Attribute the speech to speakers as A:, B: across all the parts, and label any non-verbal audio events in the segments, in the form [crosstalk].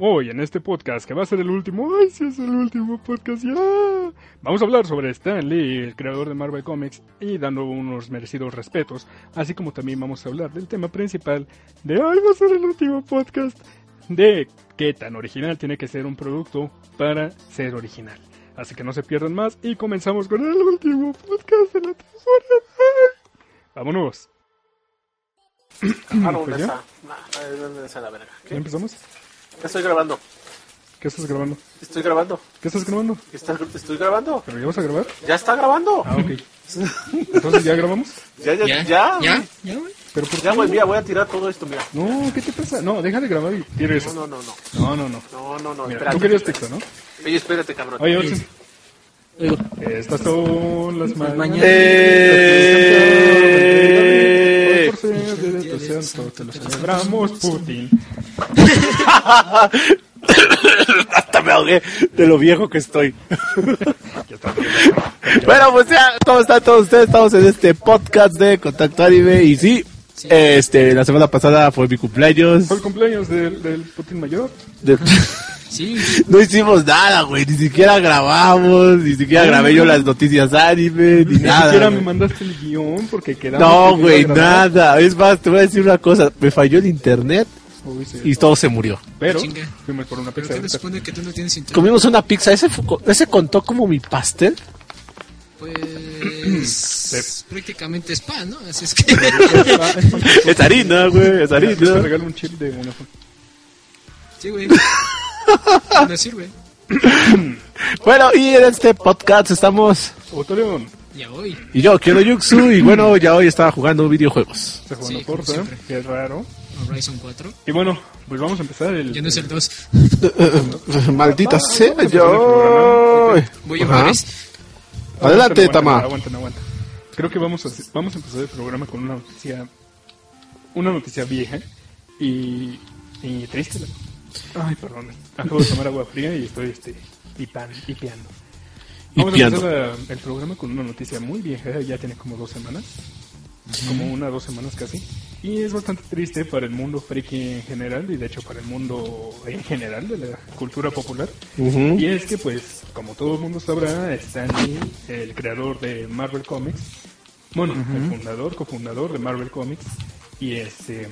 A: hoy en este podcast, que va a ser el último, ay, si es el último podcast ya, vamos a hablar sobre Stan Lee, el creador de Marvel Comics, y dando unos merecidos respetos, así como también vamos a hablar del tema principal de, ay, va a ser el último podcast, de qué tan original tiene que ser un producto para ser original. Así que no se pierdan más y comenzamos con el último podcast de la temporada. Vámonos.
B: Ah,
A: Pues
B: no, ¿dónde
A: ya.
B: está? Nah, ahí es donde está la verga.
A: ¿Ya
B: ¿Qué?
A: empezamos?
B: ¿Qué estoy grabando?
A: ¿Qué estás grabando?
B: Estoy grabando.
A: ¿Qué estás grabando?
B: ¿Qué está- estoy grabando.
A: ¿Pero ya vas a grabar?
B: Ya está grabando.
A: Ah, ok. Entonces ya grabamos.
B: Ya, ya, ya.
C: ¿Ya? ¿Ya? ¿Ya, güey?
A: Pero por
B: Ya,
A: qué?
B: güey, mira, voy a tirar todo esto, mira.
A: No, ¿qué te pasa? No, deja de grabar y tienes.
B: No, no, no, no.
A: No, no, no.
B: No, no, no.
A: Mira,
B: espérate.
A: tú querías texto, ¿no?
B: Oye, espérate, cabrón.
A: Oye, Orson,
C: Oigo.
A: estas son las
C: Las
A: mañanas.
C: mañanas.
A: Hoy
B: Eh.
A: por ser de tu santo, te lo celebramos, Putin.
B: Hasta me ahogué de lo viejo que estoy. bueno, pues ya, ¿cómo están todos ustedes? Estamos en este podcast de Contacto Anime y sí, este, la semana pasada fue mi cumpleaños.
A: Fue el cumpleaños del, del Putin mayor.
B: De-
C: Sí,
B: No hicimos nada, güey, ni siquiera grabamos, ni siquiera grabé yo las noticias anime, ni
A: Ni
B: nada.
A: siquiera me
B: güey.
A: mandaste el guión porque quedamos.
B: No,
A: que
B: güey,
A: iba a grabar.
B: nada. Es más, te voy a decir una cosa, me falló el internet
A: Uy, sí.
B: y todo se murió.
A: Pero
C: Chinga.
A: fuimos por una pizza.
C: pero ¿qué se
A: ahorita.
C: supone que tú no tienes internet?
B: Comimos una pizza, ese fu- ese contó como mi pastel.
C: Pues...
A: [clears throat]
C: Prácticamente es pan, ¿no? Así es que...
A: [laughs]
C: [laughs]
B: [laughs]
A: Ah, es pan-
B: Es harina, güey, es
A: Te
B: harina.
A: regalo un chip de una
C: sí, güey. No sirve.
B: Bueno, y en este podcast estamos
A: Otoreón,
C: Ya hoy.
B: y yo, Quiero Yuxu, y bueno, ya hoy estaba jugando videojuegos.
A: se jugando
C: Sí, como
A: corto, ¿eh?
C: siempre.
A: Qué raro.
C: Horizon 4.
A: Y bueno, pues vamos a empezar el.
C: Ya no es el 2.
B: Maldita
A: Ah,
B: sea,
A: vamos a
B: yo.
A: poner
C: Voy a
B: Ajá.
C: Morris.
B: Adelante,
A: Aguanten,
B: Tama.
A: Aguanten, aguanten. Creo que vamos a, vamos a empezar el programa con una noticia. Una noticia vieja y. y triste. Ay, perdón. Acabo de tomar agua fría y estoy este, pipan, pipeando. Vamos a
B: Hipeando.
A: empezar la- el programa con una noticia muy vieja, ya tiene como dos semanas, como una dos semanas casi, y es bastante triste para el mundo friki en general y de hecho para el mundo en general de la cultura popular.
B: Ujú.
A: Y es que pues, como todo el mundo sabrá, Stan Lee, el creador de Marvel Comics, bueno, el fundador, cofundador de Marvel Comics y este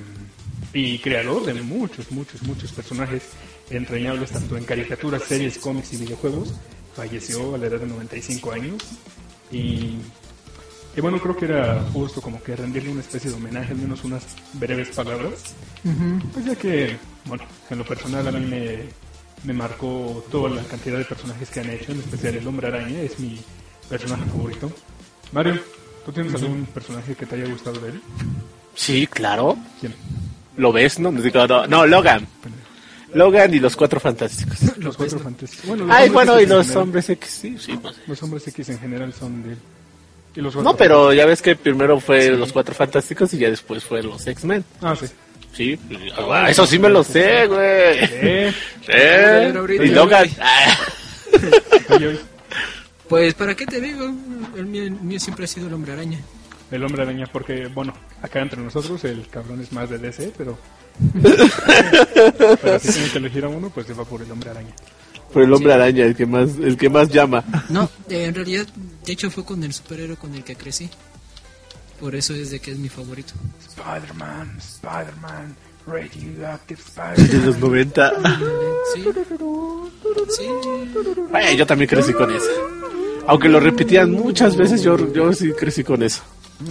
A: y creador de muchos, muchos, muchos personajes entrañables tanto en caricaturas, series, cómics y videojuegos, falleció a la edad de 95 años y, y bueno, creo que era justo como que rendirle una especie de homenaje, al menos unas breves palabras, pues ya que, bueno, en lo personal a mí me, me marcó toda la cantidad de personajes que han hecho, en especial el Hombre Araña, es mi personaje favorito. Mario, ¿tú tienes algún personaje que te haya gustado de él?
B: Sí, claro.
A: ¿Quién?
B: ¿Lo ves? No, no, digo, no, no, Logan. Logan y los cuatro fantásticos.
A: Los cuatro fantásticos. Bueno, los
B: Ay,
A: hombres
B: bueno,
A: X
B: y
A: en
B: los
A: general-
B: hombres X, sí, sí. pues.
A: Los hombres X en general son de él. Y los
B: No,
A: Cuatro
B: pero ya ves que primero fue los cuatro fantásticos y ya después fue los X-Men.
A: Fantásticos. Ah, sí.
B: Sí, y- ah, eso sí me lo sé, güey.
A: Eh,
B: Eh, Y Logan. Ah,
A: oye, oye,
C: Pues, ¿para qué te digo? El mío, el mío siempre ha sido el hombre araña.
A: el hombre araña, porque, bueno, acá entre nosotros el cabrón es más de DC,
B: [laughs]
A: pero. pero si tiene que elegir a uno, pues se va por el hombre araña.
B: Fue el hombre araña, el que más, el que más llama.
C: No, eh, en realidad, de hecho fue con el superhéroe con el que crecí. Por eso es de que es mi favorito.
A: Spider-Man, Spider-Man, Radioactive
B: De
A: Spider-Man.
B: los 90.
C: Sí. Sí.
B: Ay, yo también crecí con eso. Aunque lo repetían muchas veces, yo, yo sí crecí con eso.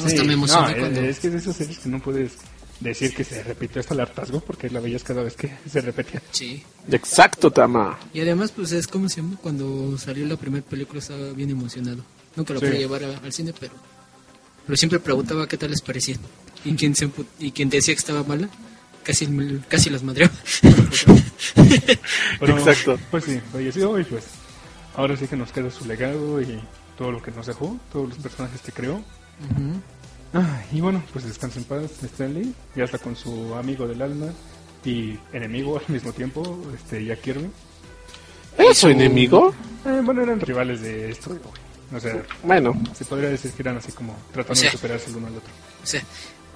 C: Hasta me
A: no,
C: emocioné
A: eh,
C: cuando...
A: Es que es de esas series que no puedes decir que se repitió hasta el hartazgo, porque la veías cada vez que [laughs] se repetía.
C: Sí.
B: Exacto, Tama.
C: Y además, pues es como se llama, cuando salió la primera película estaba bien emocionado. Nunca lo
A: Sí.
C: pude llevar a- al cine, pero... Pero siempre preguntaba qué tal les parecía. Y quien, se empu- y quien decía que estaba mala, casi, me- casi las madreó.
A: Pero,
B: Exacto.
A: Pues sí, falleció y pues ahora sí que nos queda su legado y todo lo que nos dejó, todos los personajes que creó. Ah, y bueno, pues descansa en paz Stanley, ya está con su amigo del alma y enemigo al mismo tiempo, este Jack Kirby.
B: ¿Es su enemigo?
A: Eh, bueno, eran rivales de esto, O sea,
B: [laughs] Bueno,
A: se podría decir que eran así como tratando
C: O sea.
A: de superarse el uno al otro.
C: o sea,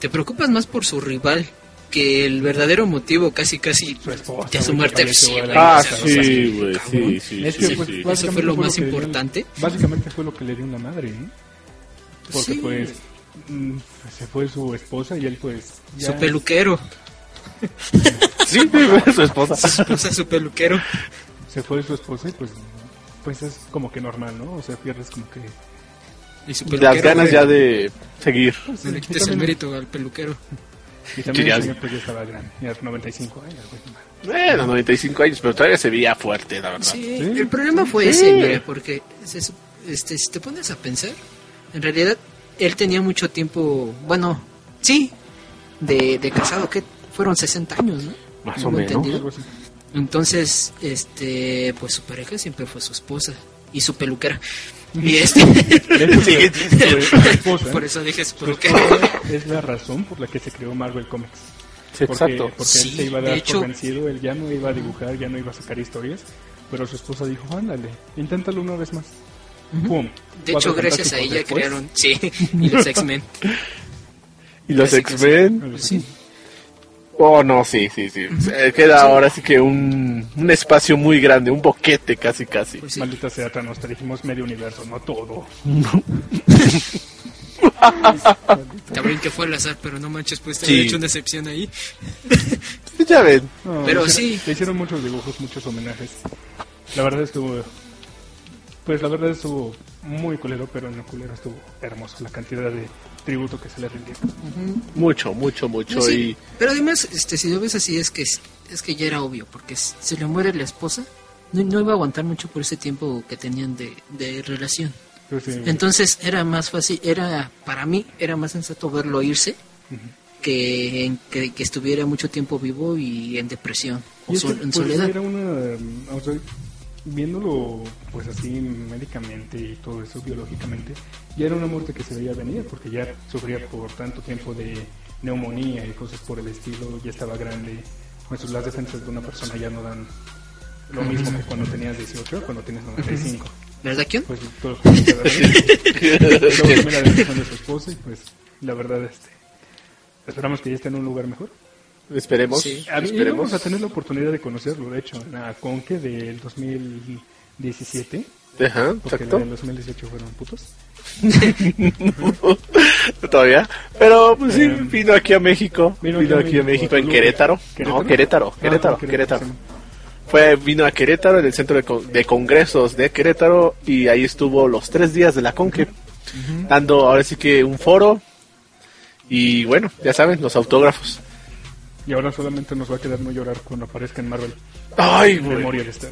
C: te preocupas más por su rival
D: que el verdadero motivo casi casi
A: Su esposa,
D: de su
A: güey,
D: muerte
A: que falleció,
D: sí,
A: güey,
D: güey,
B: Ah,
D: o sea, cosas
B: sí,
D: bien
B: güey,
D: cabrón.
B: sí, sí.
A: Es que,
B: sí,
A: pues,
B: sí.
A: básicamente
D: Eso fue lo
A: que
D: más
A: le dio-
D: importante.
A: básicamente fue lo que le dio en la madre, ¿eh? Porque
D: Sí,
A: pues mm, se fue su esposa y él pues... ya-
D: Su
C: [laughs]
D: peluquero,
B: Sí, [laughs] güey, su esposa.
D: o sea, su peluquero.
A: se fue su esposa y pues pues es como que normal, ¿no? O sea, pierdes como que
D: Y su peluquero,
B: Las ganas
D: güey,
B: ya de seguir.
A: pues,
D: No le
A: y
D: quites el
A: también-
D: mérito al peluquero.
A: Y también el
B: ya-
A: señor pues ya estaba grande, ya 95 años, güey. no mames.
B: Bueno, 95 años, pero todavía se veía fuerte, la verdad.
D: Sí,
A: Sí.
D: el problema fue ese, güey, porque se su- este, si te pones a pensar, en realidad él tenía mucho tiempo, bueno, sí, de, de casado, que fueron 60 años, ¿no?
B: Más o
D: Tengo
B: menos.
A: Algo
D: entendido.
A: así.
D: Entonces, este, pues su pareja siempre fue su esposa y su peluquera. Y este,
A: De hecho,
D: [laughs]
A: su- su esposa,
D: por eso dije su
A: su
D: peluquera.
A: esposa es la razón por la que se creó Marvel Comics.
B: Sí,
A: Porque,
B: exacto.
A: porque él
D: Sí,
A: se iba a
D: de
A: dar
D: hecho-
A: por vencido, él ya no iba a dibujar, ya no iba a sacar historias, pero su esposa dijo, ándale, inténtalo una vez más. ¡Pum!
D: De
A: Cuatro
D: hecho, gracias
A: fantásticos
D: a
B: Fantásticos
D: ella
B: después.
D: crearon, sí, y los X-Men.
B: Y los
D: Así que sí.
B: X-Men.
A: después.
D: Sí.
B: Oh, no, sí, sí, sí. Eh, Queda ahora sí que un, un espacio muy grande, un boquete casi, casi.
D: Pues sí.
A: Maldita sea Thanos, te dijimos medio universo, no todo.
D: También que fue al azar, pero no manches, pues te
B: Sí.
D: había hecho una excepción ahí.
B: Ya ven.
A: No,
D: Pero
A: le hicieron-
D: sí.
A: Le hicieron muchos dibujos, muchos homenajes. La verdad estuvo. Pues la verdad estuvo muy culero, pero no culero estuvo hermoso la cantidad de tributo que se le rindió.
B: Mucho, mucho, mucho.
D: No, Pues sí,
B: Y
D: Pero además, este, si lo ves así, es que, es que ya era obvio, porque s- se le muere la esposa, no, no iba a aguantar mucho por ese tiempo que tenían de, de relación.
A: Entonces, eh,
D: Entonces era más fácil, era para mí era más sensato verlo irse que, en- que, que estuviera mucho tiempo vivo y en depresión o
A: y es
D: sol-
A: que,
D: en
A: pues,
D: soledad.
A: Era una. em, O sea, viéndolo pues así médicamente y todo eso, biológicamente, ya era una muerte que se veía venir, porque ya sufría por tanto tiempo de neumonía y cosas por el estilo, ya estaba grande. Pues las defensas de una persona ya no dan lo mismo que cuando tenías 18 o cuando tienes 95.
D: ¿Verdad, Kion?
A: pues todo lo que queda de él.
B: [laughs]
A: Luego también la decisión de su esposa y pues la verdad este esperamos que ya esté en un lugar mejor
B: esperemos,
D: Sí.
A: a mí
B: esperemos.
A: vamos a tener la oportunidad de conocerlo de hecho en la conque del 2017
B: Ajá,
A: porque
B: exacto.
A: la del 2018 fueron putos
B: Todavía. Pero pues sí,
A: Em,
B: vino aquí a México.
A: vino
B: Vino,
A: aquí a
B: aquí a
A: México,
B: México en
A: Toluca.
B: Querétaro.
A: ¿Querétaro?
B: No, Querétaro,
A: Ah,
B: Querétaro,
A: Querétaro,
B: Querétaro.
A: sí.
B: Fue, vino a Querétaro en el centro de, con- de congresos de Querétaro y ahí estuvo los tres días de la Conque, dando ahora sí que un foro y bueno, ya saben, los autógrafos.
A: y ahora solamente nos va a quedar no llorar cuando aparezca en Marvel
B: Ay, güey.
A: Memorial Star.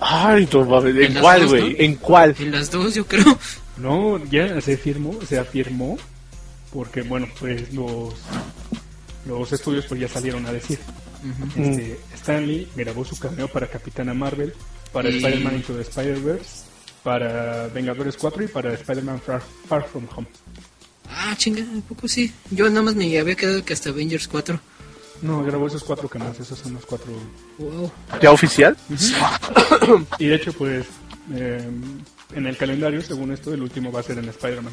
B: Ay, no mames.
D: En
B: ¿En
D: las
B: cuál,
D: dos,
B: güey?
D: ¿no?
B: ¿En cuál?
D: En las dos, yo creo.
A: No, ya se firmó, se afirmó, porque bueno, pues los, los estudios pues ya salieron a decir. Este, Stanley grabó su cameo para Capitana Marvel, para
D: Y-
A: Spider-Man Into the Spider-Verse, para Vengadores 4 y para Spider-Man Far, Far From Home.
D: Ah, chinga, ¿a poco sí? Yo nada más me había quedado que hasta Avengers 4.
A: No, grabó esos cuatro cameos, esos son los cuatro.
D: Wow.
B: ¿Ya oficial?
A: Y de hecho, pues eh, en el calendario, según esto, el último va a ser en Spider-Man,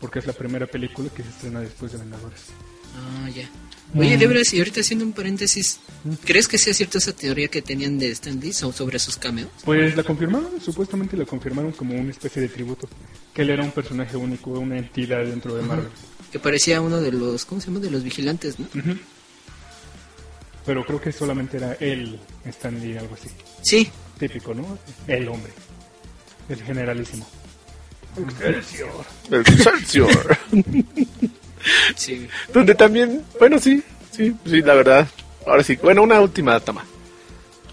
A: porque es la primera película que se estrena después de Vengadores.
D: Ah, ya. Oye, Debras, y ahorita haciendo un paréntesis, ¿crees que sea cierta esa teoría que tenían de Stan Lee so- sobre sus cameos?
A: Pues la confirmaron, supuestamente la confirmaron como una especie de tributo. Que él era un personaje único, una entidad dentro de Marvel.
D: Que parecía uno de los, ¿cómo se llama? De los vigilantes, ¿no?
A: Ujú. Pero creo que solamente era él, Stan Lee, algo así.
D: Sí,
A: Típico, ¿no? El hombre. El generalísimo. Excelsior. [laughs]
B: El Excelsior.
D: sí.
B: Donde también, bueno, sí, sí, sí, la verdad. Ahora sí, bueno, una última toma.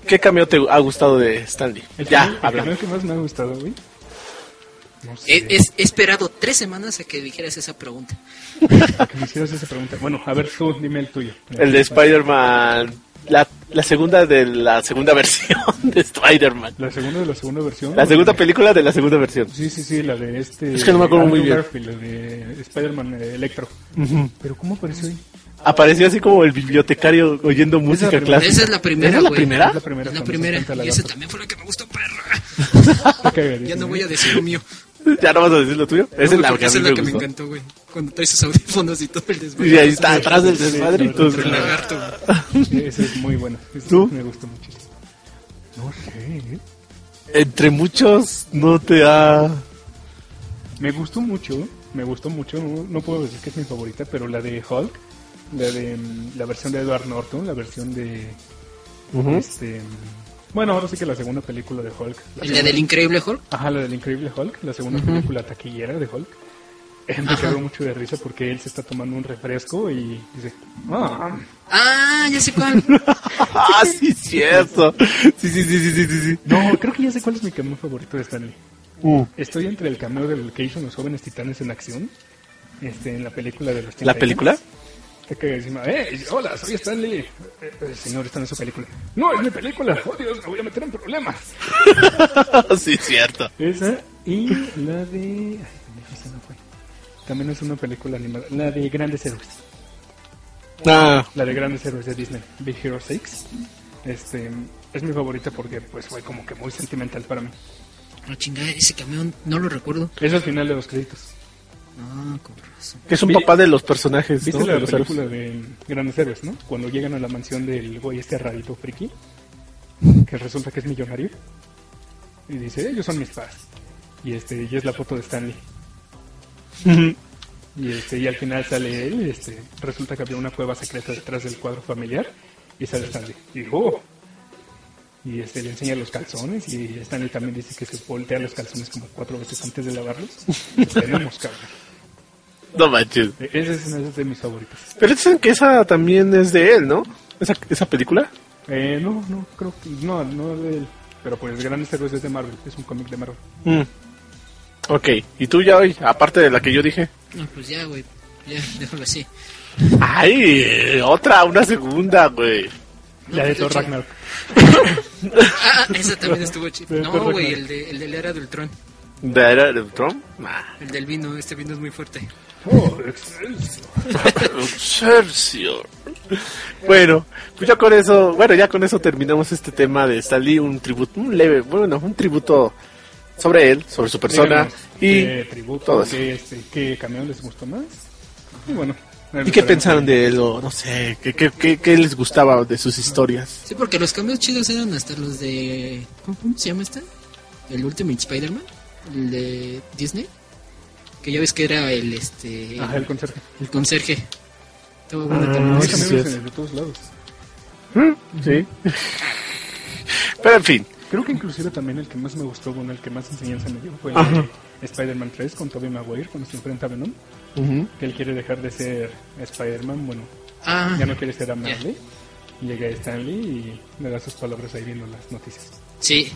B: ¿Qué cameo te ha gustado de Stanley?
A: El
B: ya,
A: cameo- el
B: hablando. Eh,
A: cameo que más me ha gustado, güey. No sé.
D: He, E-, he- he esperado tres semanas a que dijeras esa pregunta.
A: Que me hicieras esa pregunta. Bueno, a ver tú, dime el tuyo.
B: El de Spider-Man, la, la segunda de la segunda [laughs] versión de Spider-Man.
A: La segunda de la segunda versión.
B: La segunda
A: película.
B: película de la segunda versión.
A: Sí, sí, sí, la de este.
B: Es que no me acuerdo
A: Andrew
B: muy bien.
A: Garfield, la de Spider-Man eh, Electro. Pero ¿cómo apareció ahí?
B: Apareció así como el bibliotecario oyendo música
A: primera.
B: clásica.
D: Esa es la primera,
B: ¿Esa es la
D: güey.
B: primera?
A: Es la primera.
D: Ah, Es
A: cuando
D: la
A: se
D: primera.
A: enfrenta a la
D: [laughs] Y esa
A: garza.
D: también fue la que me gustó, perra.
A: Qué cagadísimo,
D: Ya no
A: ¿eh?
D: voy a decir lo mío.
B: [laughs] ya no vas a decir lo tuyo. Esa es la que, a mí
C: es la
B: me
C: que me
B: gustó.
C: encantó, güey. Cuando traes sus audífonos y todo el desmadre.
B: Y ahí está, atrás del desmadre y todo.
C: El lagarto, güey.
A: Esa es muy buena. Esa
B: ¿Tú?
A: Me gustó mucho. No sé, ¿eh?
B: Entre muchos, no te ha. [laughs]
A: Me gustó mucho, me gustó mucho, no, no puedo decir que es mi favorita, pero la de Hulk, la de mm, la versión de Edward Norton, la versión de este mm, bueno, ahora sí que la segunda película de Hulk. la
C: El día del increíble Hulk.
A: Ajá, la del increíble Hulk, la segunda película taquillera de Hulk. [laughs] Eh, me quedó mucho de risa porque él se está tomando un refresco y dice, ah,
C: Ah, ya sé cuál.
B: Ah, sí, cierto. Sí, sí, sí, sí, sí, sí, sí.
A: no, creo que ya sé cuál es mi cameo favorito de Stanley. Estoy entre el cameo del que hizo en los jóvenes titanes en acción, este, en la película de los
B: ¿La
A: Teen Titans.
B: película? [laughs]
A: Te cae encima. ¡Eh! Hola, soy Stanley. Eh, el señor está en su película. No, es mi película. Oh Dios, me voy a meter en problemas.
B: Ah, sí, cierto.
A: Esa y
B: [laughs]
A: la de. Ay, pendejo, esa no fue. También es una película animada. La de Grandes Héroes.
B: Ah,
A: La de Grandes Héroes de Disney. Big Hero 6. Este. Es mi favorita porque pues fue como que muy sentimental para mí.
C: No,
D: Ah,
C: chingada, ese camión no lo recuerdo.
A: Es al final de los créditos.
C: Ah, con razón.
B: que es un
A: Vi-
B: papá de los personajes.
A: ¿Viste
B: ¿no?
A: la
B: De los héroes.
A: película de Grandes Héroes, no? Cuando llegan a la mansión del güey este rarito friki, que resulta que es millonario, y dice, ellos son mis padres. Y este, y es la foto de Stanley. Y este, y al final sale él, y este, resulta que había una cueva secreta detrás del cuadro familiar, y sale Stanley. Y ¡oh! Y este, le enseña los calzones, y Stanley también dice que se voltea los calzones como cuatro veces antes de lavarlos. Los tenemos, cabrón.
B: No manches.
A: Esa es una de mis favoritas.
B: Pero dicen que esa también es de él, ¿no? Esa, esa película.
A: Eh, no, no, creo que. No, no es de él. Pero pues Grandes Héroes es de Marvel, es un cómic de Marvel.
B: Mm. Ok, ¿y tú ya hoy? Aparte de la que yo dije.
C: No, pues ya, güey. Ya, [laughs] déjalo así.
B: ¡Ay! Otra, una segunda, güey.
A: La de Thor Ragnar.
C: Ah, ah, esa también
A: [laughs]
C: estuvo chida.
A: Pero,
C: No,
A: pero,
C: güey,
A: no.
C: el, de, el de la era del tron.
B: ¿De era de Trump? Nah.
C: El del vino, este vino es muy fuerte.
A: Oh, Excelsior.
B: Excelsior. Bueno, pues ya con eso, bueno, ya con eso terminamos este tema de Stanley, un tributo, un leve, bueno, un tributo sobre él, sobre su persona
A: Díganos,
B: y,
A: ¿Qué Eh, tributo?
B: todo eso.
A: ¿Qué, este, qué camión les gustó más? Y bueno.
B: y qué pensaron de él, o no sé, qué, qué, qué- qué les gustaba de sus historias.
C: Sí, porque los cambios chidos eran hasta los de. ¿Cómo, cómo se llama este? El Ultimate Spider-Man. El de Disney. Que ya ves que era el este. El,
A: Ajá, el conserje.
C: el conserje. Estaba bueno
A: No,
C: también.
A: hay
B: Ah, sí, sí,
A: camiones
B: sí.
A: en- de todos lados.
B: Sí. Pero en fin,
A: Creo que inclusive también el que más me gustó, bueno, el que más enseñanza me dio fue el
B: Ajá.
A: de Spider-Man 3 con Tobey Maguire cuando se enfrenta a Venom. Que él quiere dejar de ser Spider-Man, bueno,
C: Ah,
A: ya no quiere ser a Marley. Llega Stanley y le da sus palabras ahí viendo las noticias.
C: sí.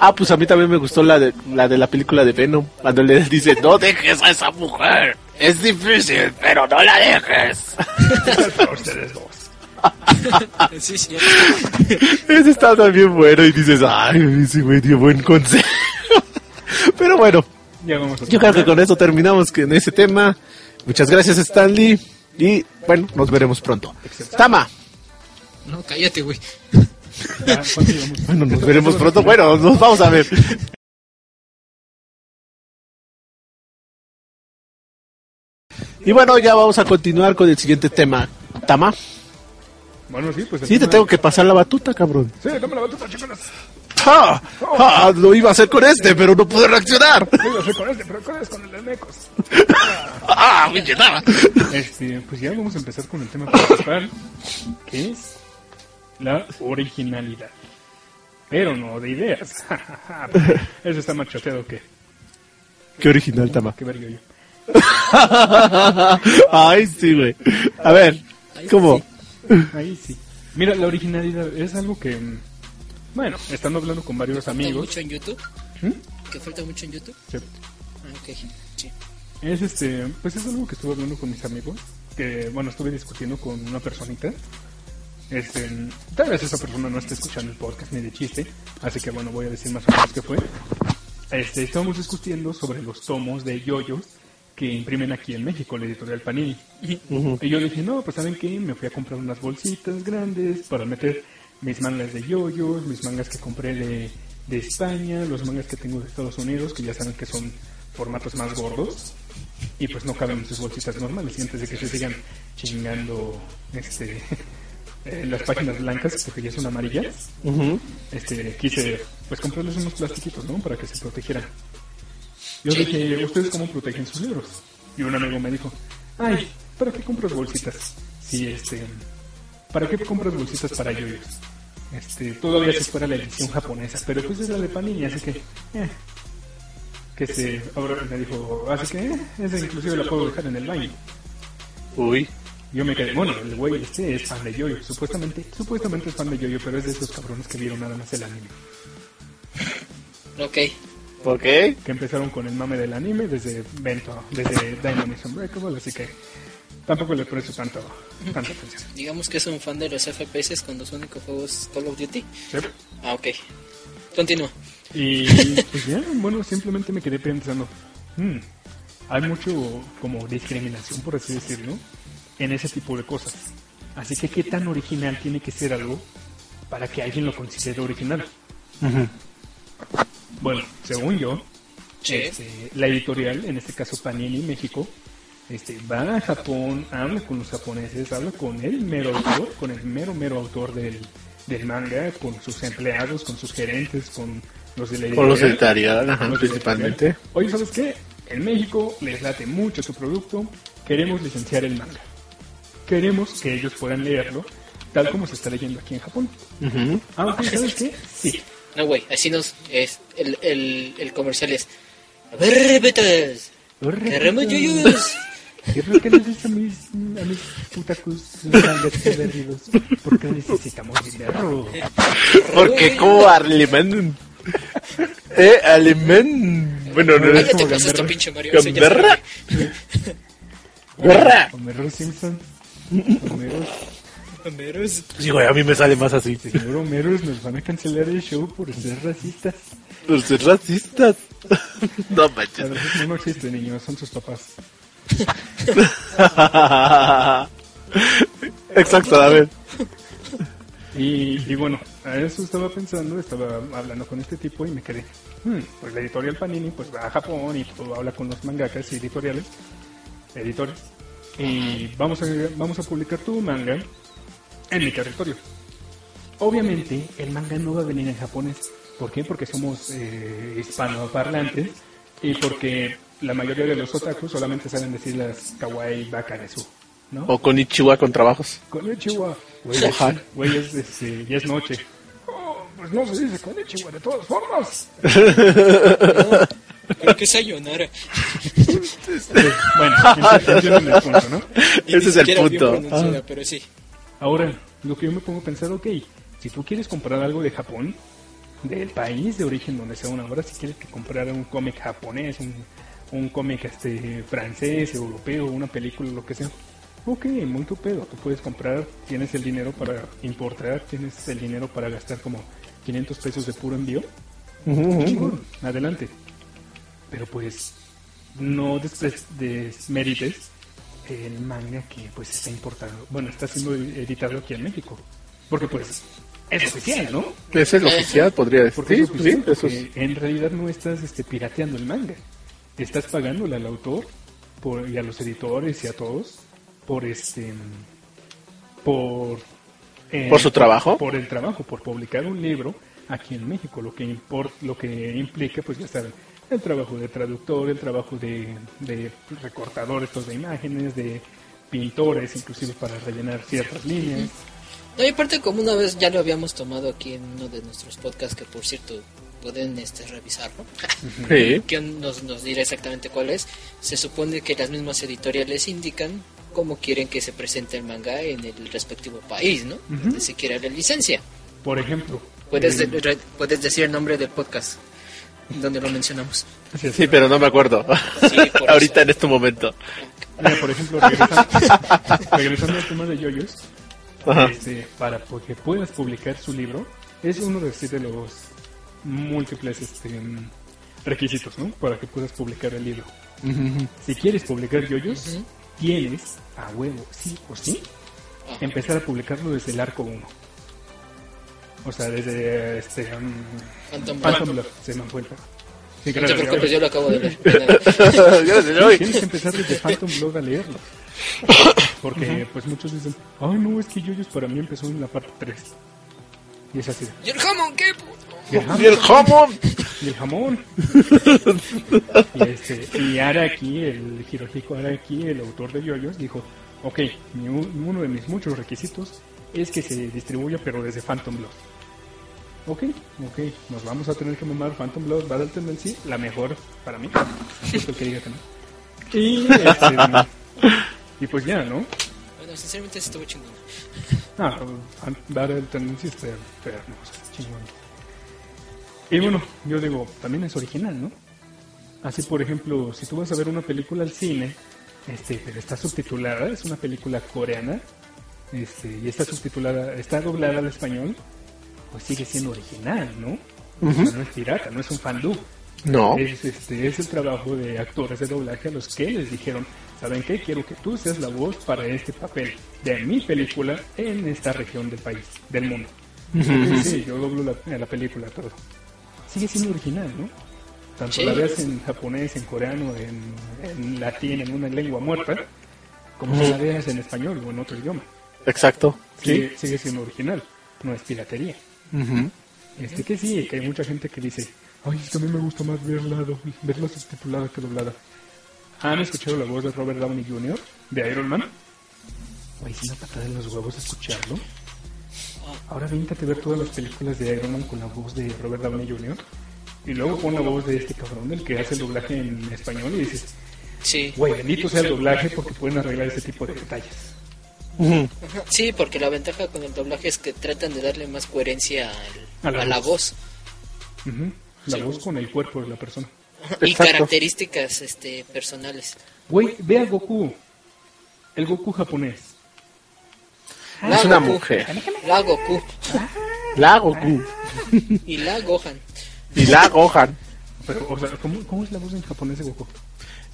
B: ah, pues a mí también me gustó la de la, de la película de Venom, cuando le dice, no dejes a esa mujer, es difícil, pero no la dejes. [laughs]
A: ustedes dos. Ah.
C: Sí, sí.
B: Ese está también bueno y dices, ay, ese güey dio buen consejo. [laughs] Pero bueno,
A: Ya vamos a
B: yo creo que con eso terminamos que en ese tema. Muchas gracias Stanley y bueno, nos veremos pronto. Tama,
C: No, cállate, güey.
A: Ya, ¿cuánto llevamos?
B: bueno, [laughs] nos veremos pronto. Bueno, nos vamos a ver. Y bueno, ya vamos a continuar con el siguiente tema. Tama,
A: Bueno, sí, pues. el
B: sí te
A: tema-
B: tengo que pasar la batuta, cabrón.
A: Sí, dame la batuta, chicos.
B: ¡Ja! ¡Ja! Lo iba a hacer con este, pero no pude reaccionar.
A: Sí, lo sé con este, pero ¿cuál es con el de Necos?
B: [laughs] ¡Ah, pinche Tama!
A: Este, pues ya vamos a empezar con el tema principal, que es la originalidad. Pero no de ideas. [laughs] Eso está más choteado que,
B: Qué original, Tama. [laughs]
A: que verga yo.
B: Ay, sí, güey. A ver, ¿cómo?
A: Ahí sí. Mira, la originalidad es algo que. mm, Bueno, estando hablando con varios
C: ¿Falta
A: amigos.
C: mucho en YouTube?
A: ¿Mm?
C: ¿Que falta mucho en YouTube?
A: se-
C: Ah, ok. Sí.
A: Es este, pues es algo que estuve hablando con mis amigos, que bueno, estuve discutiendo con una personita. Este, tal vez esa persona no esté escuchando el podcast ni de chiste, así que bueno, voy a decir más o menos qué fue. Este, estábamos discutiendo sobre los tomos de yoyos que imprimen aquí en México, la editorial Panini. Y yo le dije, no, pues saben qué, me fui a comprar unas bolsitas grandes para meter mis mangas de yoyos, mis mangas que compré de de España, los mangas que tengo de Estados Unidos, que ya saben que son formatos más gordos, y pues no caben en sus bolsitas normales, y antes de que se sigan chingando este, [laughs] eh, las páginas blancas, porque ya son amarillas,
B: Ujú.
A: este, quise pues comprarles unos plastiquitos, ¿no? Para que se protegieran. Yo dije, ¿ustedes cómo protegen sus libros? Y un amigo me dijo, ay, ¿para qué compras bolsitas? Sí, este, ¿para qué compras bolsitas para yoyos? Este, todavía si fuera la edición japonesa, pero pues es la de Panini, así que, eh, que se, ahora me dijo, así que, eh, esa inclusive la puedo dejar en el baño.
B: Uy.
A: Yo me quedé, bueno, el güey este es fan de Yoyo, supuestamente, supuestamente es fan de Yoyo, pero es de esos cabrones que vieron nada más el anime.
C: Ok.
B: Ok.
A: que empezaron con el mame del anime desde Bento, desde Dynamics Unbreakable, así que tampoco les presto tanto, tanta atención.
C: Digamos que es un fan de los FPS con los únicos juegos Call of Duty.
A: Sí.
C: Ah, ok. Continúa.
A: Y pues ya, bueno, simplemente me quedé pensando, hmm, hay mucho como discriminación, por así decirlo, en ese tipo de cosas. Así que qué tan original tiene que ser algo para que alguien lo considere original. Bueno, según yo,
C: Eh,
A: este, la editorial, en este caso Panini México, este, va a Japón, habla con los japoneses, habla con el mero autor, con el mero mero autor del, del manga, con sus empleados, con sus gerentes, con los de la
B: Con los
A: editorial.
B: editorial, ajá,
A: Con los de la
B: principalmente.
A: editorial. Oye, ¿sabes qué? En México les late mucho su producto, queremos licenciar el manga. Queremos que ellos puedan leerlo, tal como se está leyendo aquí en Japón.
B: Ujú.
A: Ah, ok, ¿sabes qué? Sí.
C: No, güey, así nos. Es, el, el, el comercial es. A ver, repetas. Queremos yuyos.
A: ¿Y por qué no dices a mis, a mis putacus mangas perdidos? Porque necesitamos dinero.
B: Porque como alemán. Eh, alemán. Bueno, no es
C: Cállate,
B: como
C: pues, esto,
B: gamberra.
C: pinche Mario. eso ya se
B: Gamberra. Gamberra.
A: Homero Simpson. Homero,
C: Gamberros.
B: Sí, güey, a mí me sale más así.
A: señor Homero, nos van a cancelar el show por ser racistas.
B: Por ser racistas. No
A: La
B: manches.
A: verdad es que no existe, niños, son sus papás.
B: Exacto, a ver.
A: Y, y bueno, a eso estaba pensando, estaba hablando con este tipo y me quedé, "Hmm, pues la editorial Panini pues va a Japón y todo, habla con los mangakas y editoriales, editores, y vamos a, vamos a publicar tu manga en mi territorio. Obviamente el manga no va a venir en japonés, ¿por qué? Porque somos eh, hispanoparlantes y porque la mayoría de los otakus solamente saben decir las kawaii bakaresu, ¿no?
B: O con Ichiwa con trabajos.
A: Konnichiwa. Güey, es,
B: Ajá.
A: güey, es, este, ya es noche. Oh, pues no se dice Konnichiwa de todas formas.
C: Creo que es Sayonara.
A: Eh, bueno, ent- entienden el punto, ¿no?
C: Y ni
B: Ese es el Ah.
C: siquiera bien
B: punto.
C: pronunciada, Pero sí.
A: Ahora, lo que yo me pongo a pensar, ok, si tú quieres comprar algo de Japón, del país de origen donde sea una obra, si quieres que comprar un cómic japonés, un, un cómic este, francés, europeo, una película, lo que sea, ok, muy tu pedo, tú puedes comprar, tienes el dinero para importar, tienes el dinero para gastar como 500 pesos de puro envío, Chingón, adelante. Pero pues no despre- desmerites el manga que pues está importando, bueno, está siendo editado aquí en México. Porque pues es oficial, ¿no?
B: Ese es el oficial, podría decir.
A: Porque
B: Sí,
A: es
B: pues
A: oficial,
B: sí, eso
A: porque
B: Eh, es.
A: en realidad no estás este, pirateando el manga. Estás pagándole al autor por, y a los editores y a todos por este por eh,
B: ¿Por su trabajo?
A: por el trabajo, por publicar un libro aquí en México, lo que import- lo que implica, pues ya saben, el trabajo de traductor, el trabajo de, de recortadores estos de imágenes, de pintores, inclusive para rellenar ciertas líneas.
C: No, y aparte, como una vez ya lo habíamos tomado aquí en uno de nuestros podcasts, que por cierto pueden este, revisarlo,
B: Sí.
C: que nos, nos dirá exactamente cuál es. Se supone que las mismas editoriales indican cómo quieren que se presente el manga en el respectivo país, ¿no? Donde se quiera la licencia.
A: Por ejemplo,
C: Puedes,
D: Pues,
A: eh,
C: de- re- puedes decir el nombre del podcast donde lo mencionamos.
A: así es.
B: Sí, pero no me acuerdo.
C: Sí, por eso.
B: Ahorita en este [laughs] momento.
A: Mira, por ejemplo, regresando, [laughs] regresando al tema de yoyos,
B: Ajá.
A: este, para que puedas publicar su libro, es uno de, sí, de los múltiples este, mm, requisitos, ¿no? Para que puedas publicar el libro. Si quieres publicar yoyos,
C: Ujú.
A: tienes a huevo, sí o sí,
C: Ah,
A: empezar a publicarlo desde el arco 1. O sea, desde este, um,
D: Phantom Blood.
A: Phantom Blood, se me fue el pedo. Sí,
D: No
A: claro,
D: te
A: ya-
C: pues,
D: preocupes, yo pues lo acabo de leer.
B: Yo desde hoy.
A: Tienes que empezar desde Phantom Blog a leerlo. Porque pues muchos dicen, ay no, es que Yoyos para mí empezó en la parte 3. Y es así. de,
D: ¿Y el jamón qué? puto?
A: Y el
B: ¿Y
A: jamón.
B: el jamón?
A: Y, el jamón. y, este, y Araki, el Hirohiko Araki, el autor de Yoyos, dijo, ok, mi u- uno de mis muchos requisitos es que se distribuya pero desde Phantom Blood. Ok, ok, nos vamos a tener que mamar Phantom Blood Battle Tendency, la mejor para mí. Justo el que diga que no. Y, este, y pues ya, ¿no?
D: Bueno, sinceramente sí estuvo chingón.
A: Ah, fan- Battle Tendency está enfermo, o sea, este, chingón. Y bueno, yo digo, también es original, ¿no? Así, por ejemplo, si tú vas a ver una película al cine, este, pero está subtitulada, es una película coreana, este, y está subtitulada, está doblada al español, pues sigue siendo original, ¿no? O sea, no es pirata, no es un fandub.
B: No.
A: Es, este, es el trabajo de actores de doblaje a los que les dijeron, ¿saben qué? Quiero que tú seas la voz para este papel de mi película en esta región del país, del mundo. Sí, yo doblo la, la película, todo. Sigue siendo original, ¿no? Tanto
D: Sí.
A: la veas en japonés, en coreano, en, en latín, en una lengua muerta, como la veas en español o en otro idioma.
B: Exacto.
A: Sigue, sigue siendo original, no es piratería. Este que sí, que hay mucha gente que dice, ay, es que a mí me gusta más verla, do- verla subtitulada que doblada. ¿Han escuchado la voz de Robert Downey Jr. de Iron Man? Ay, es una patada en los huevos escucharlo. Ahora véntate a ver todas las películas de Iron Man con la voz de Robert Downey Jr. Y luego pon la voz de este cabrón, del que hace el doblaje en español, y dices,
D: Sí,
A: güey, bendito sea el doblaje porque pueden arreglar ese tipo de detalles.
B: Ujú.
D: sí, porque la ventaja con el doblaje es que tratan de darle más coherencia
A: A
D: al-
A: la
D: a la voz.
A: Ujú. La voz con el cuerpo de la persona.
D: y
B: Exacto.
D: características este personales.
A: Güey, ve a Goku. El Goku japonés.
B: Es una mujer.
D: La Goku
B: La Goku.
D: y la Gohan.
B: Y la Gohan.
A: Pero, o sea, ¿cómo, cómo es la voz en japonés de Goku?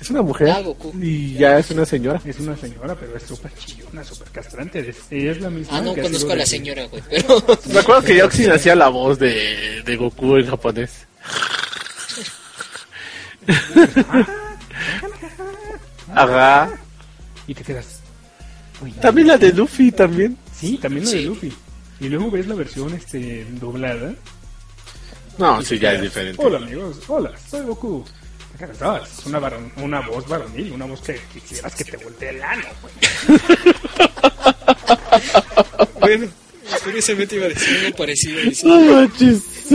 B: Es una mujer.
D: La Goku.
B: Y ya es una señora.
A: Es una señora, pero es súper chillona, súper castrante. Es, es la misma.
D: Ah, no
A: que ha sido
D: conozco a la
A: desde-
D: señora, güey, pero
B: Me acuerdo que Yoxin hacía la voz de, de Goku en japonés. Ajá.
A: Y te quedas. "Uy, no".
B: También la de Luffy, también.
A: Sí, también la de
D: Sí.
A: Luffy. Y luego ves la versión este, doblada.
B: No, sí, ya es diferente.
A: Hola, amigos. Hola, soy Goku. Te quedas, "Ah, Es una, varón- una voz varonil, una voz que quisieras que te voltee el ano, güey.
D: [laughs] bueno, curiosamente iba a decir algo parecido. dice.
B: No manches.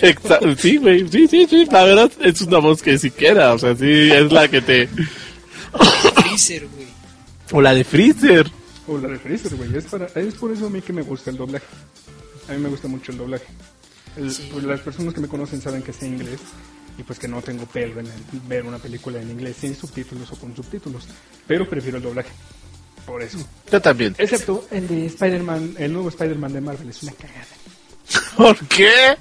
B: Exa- sí, güey. Sí, sí, sí. La verdad es una voz que siquiera. O sea, sí, es la que te.
D: Freezer, güey.
B: O la de Freezer.
A: O la de Freezer, güey. Es, para- es por eso a mí que me gusta el doblaje. A mí me gusta mucho el doblaje. El-
D: Sí.
A: pues, las personas que me conocen saben que sé inglés y pues que no tengo pelo en el- ver una película en inglés sin subtítulos o con subtítulos. Pero prefiero el doblaje. Por eso.
B: Yo también.
A: Excepto el de Spider-Man, el nuevo Spider-Man de Marvel. Es una cagada.
B: [laughs] ¿Por qué?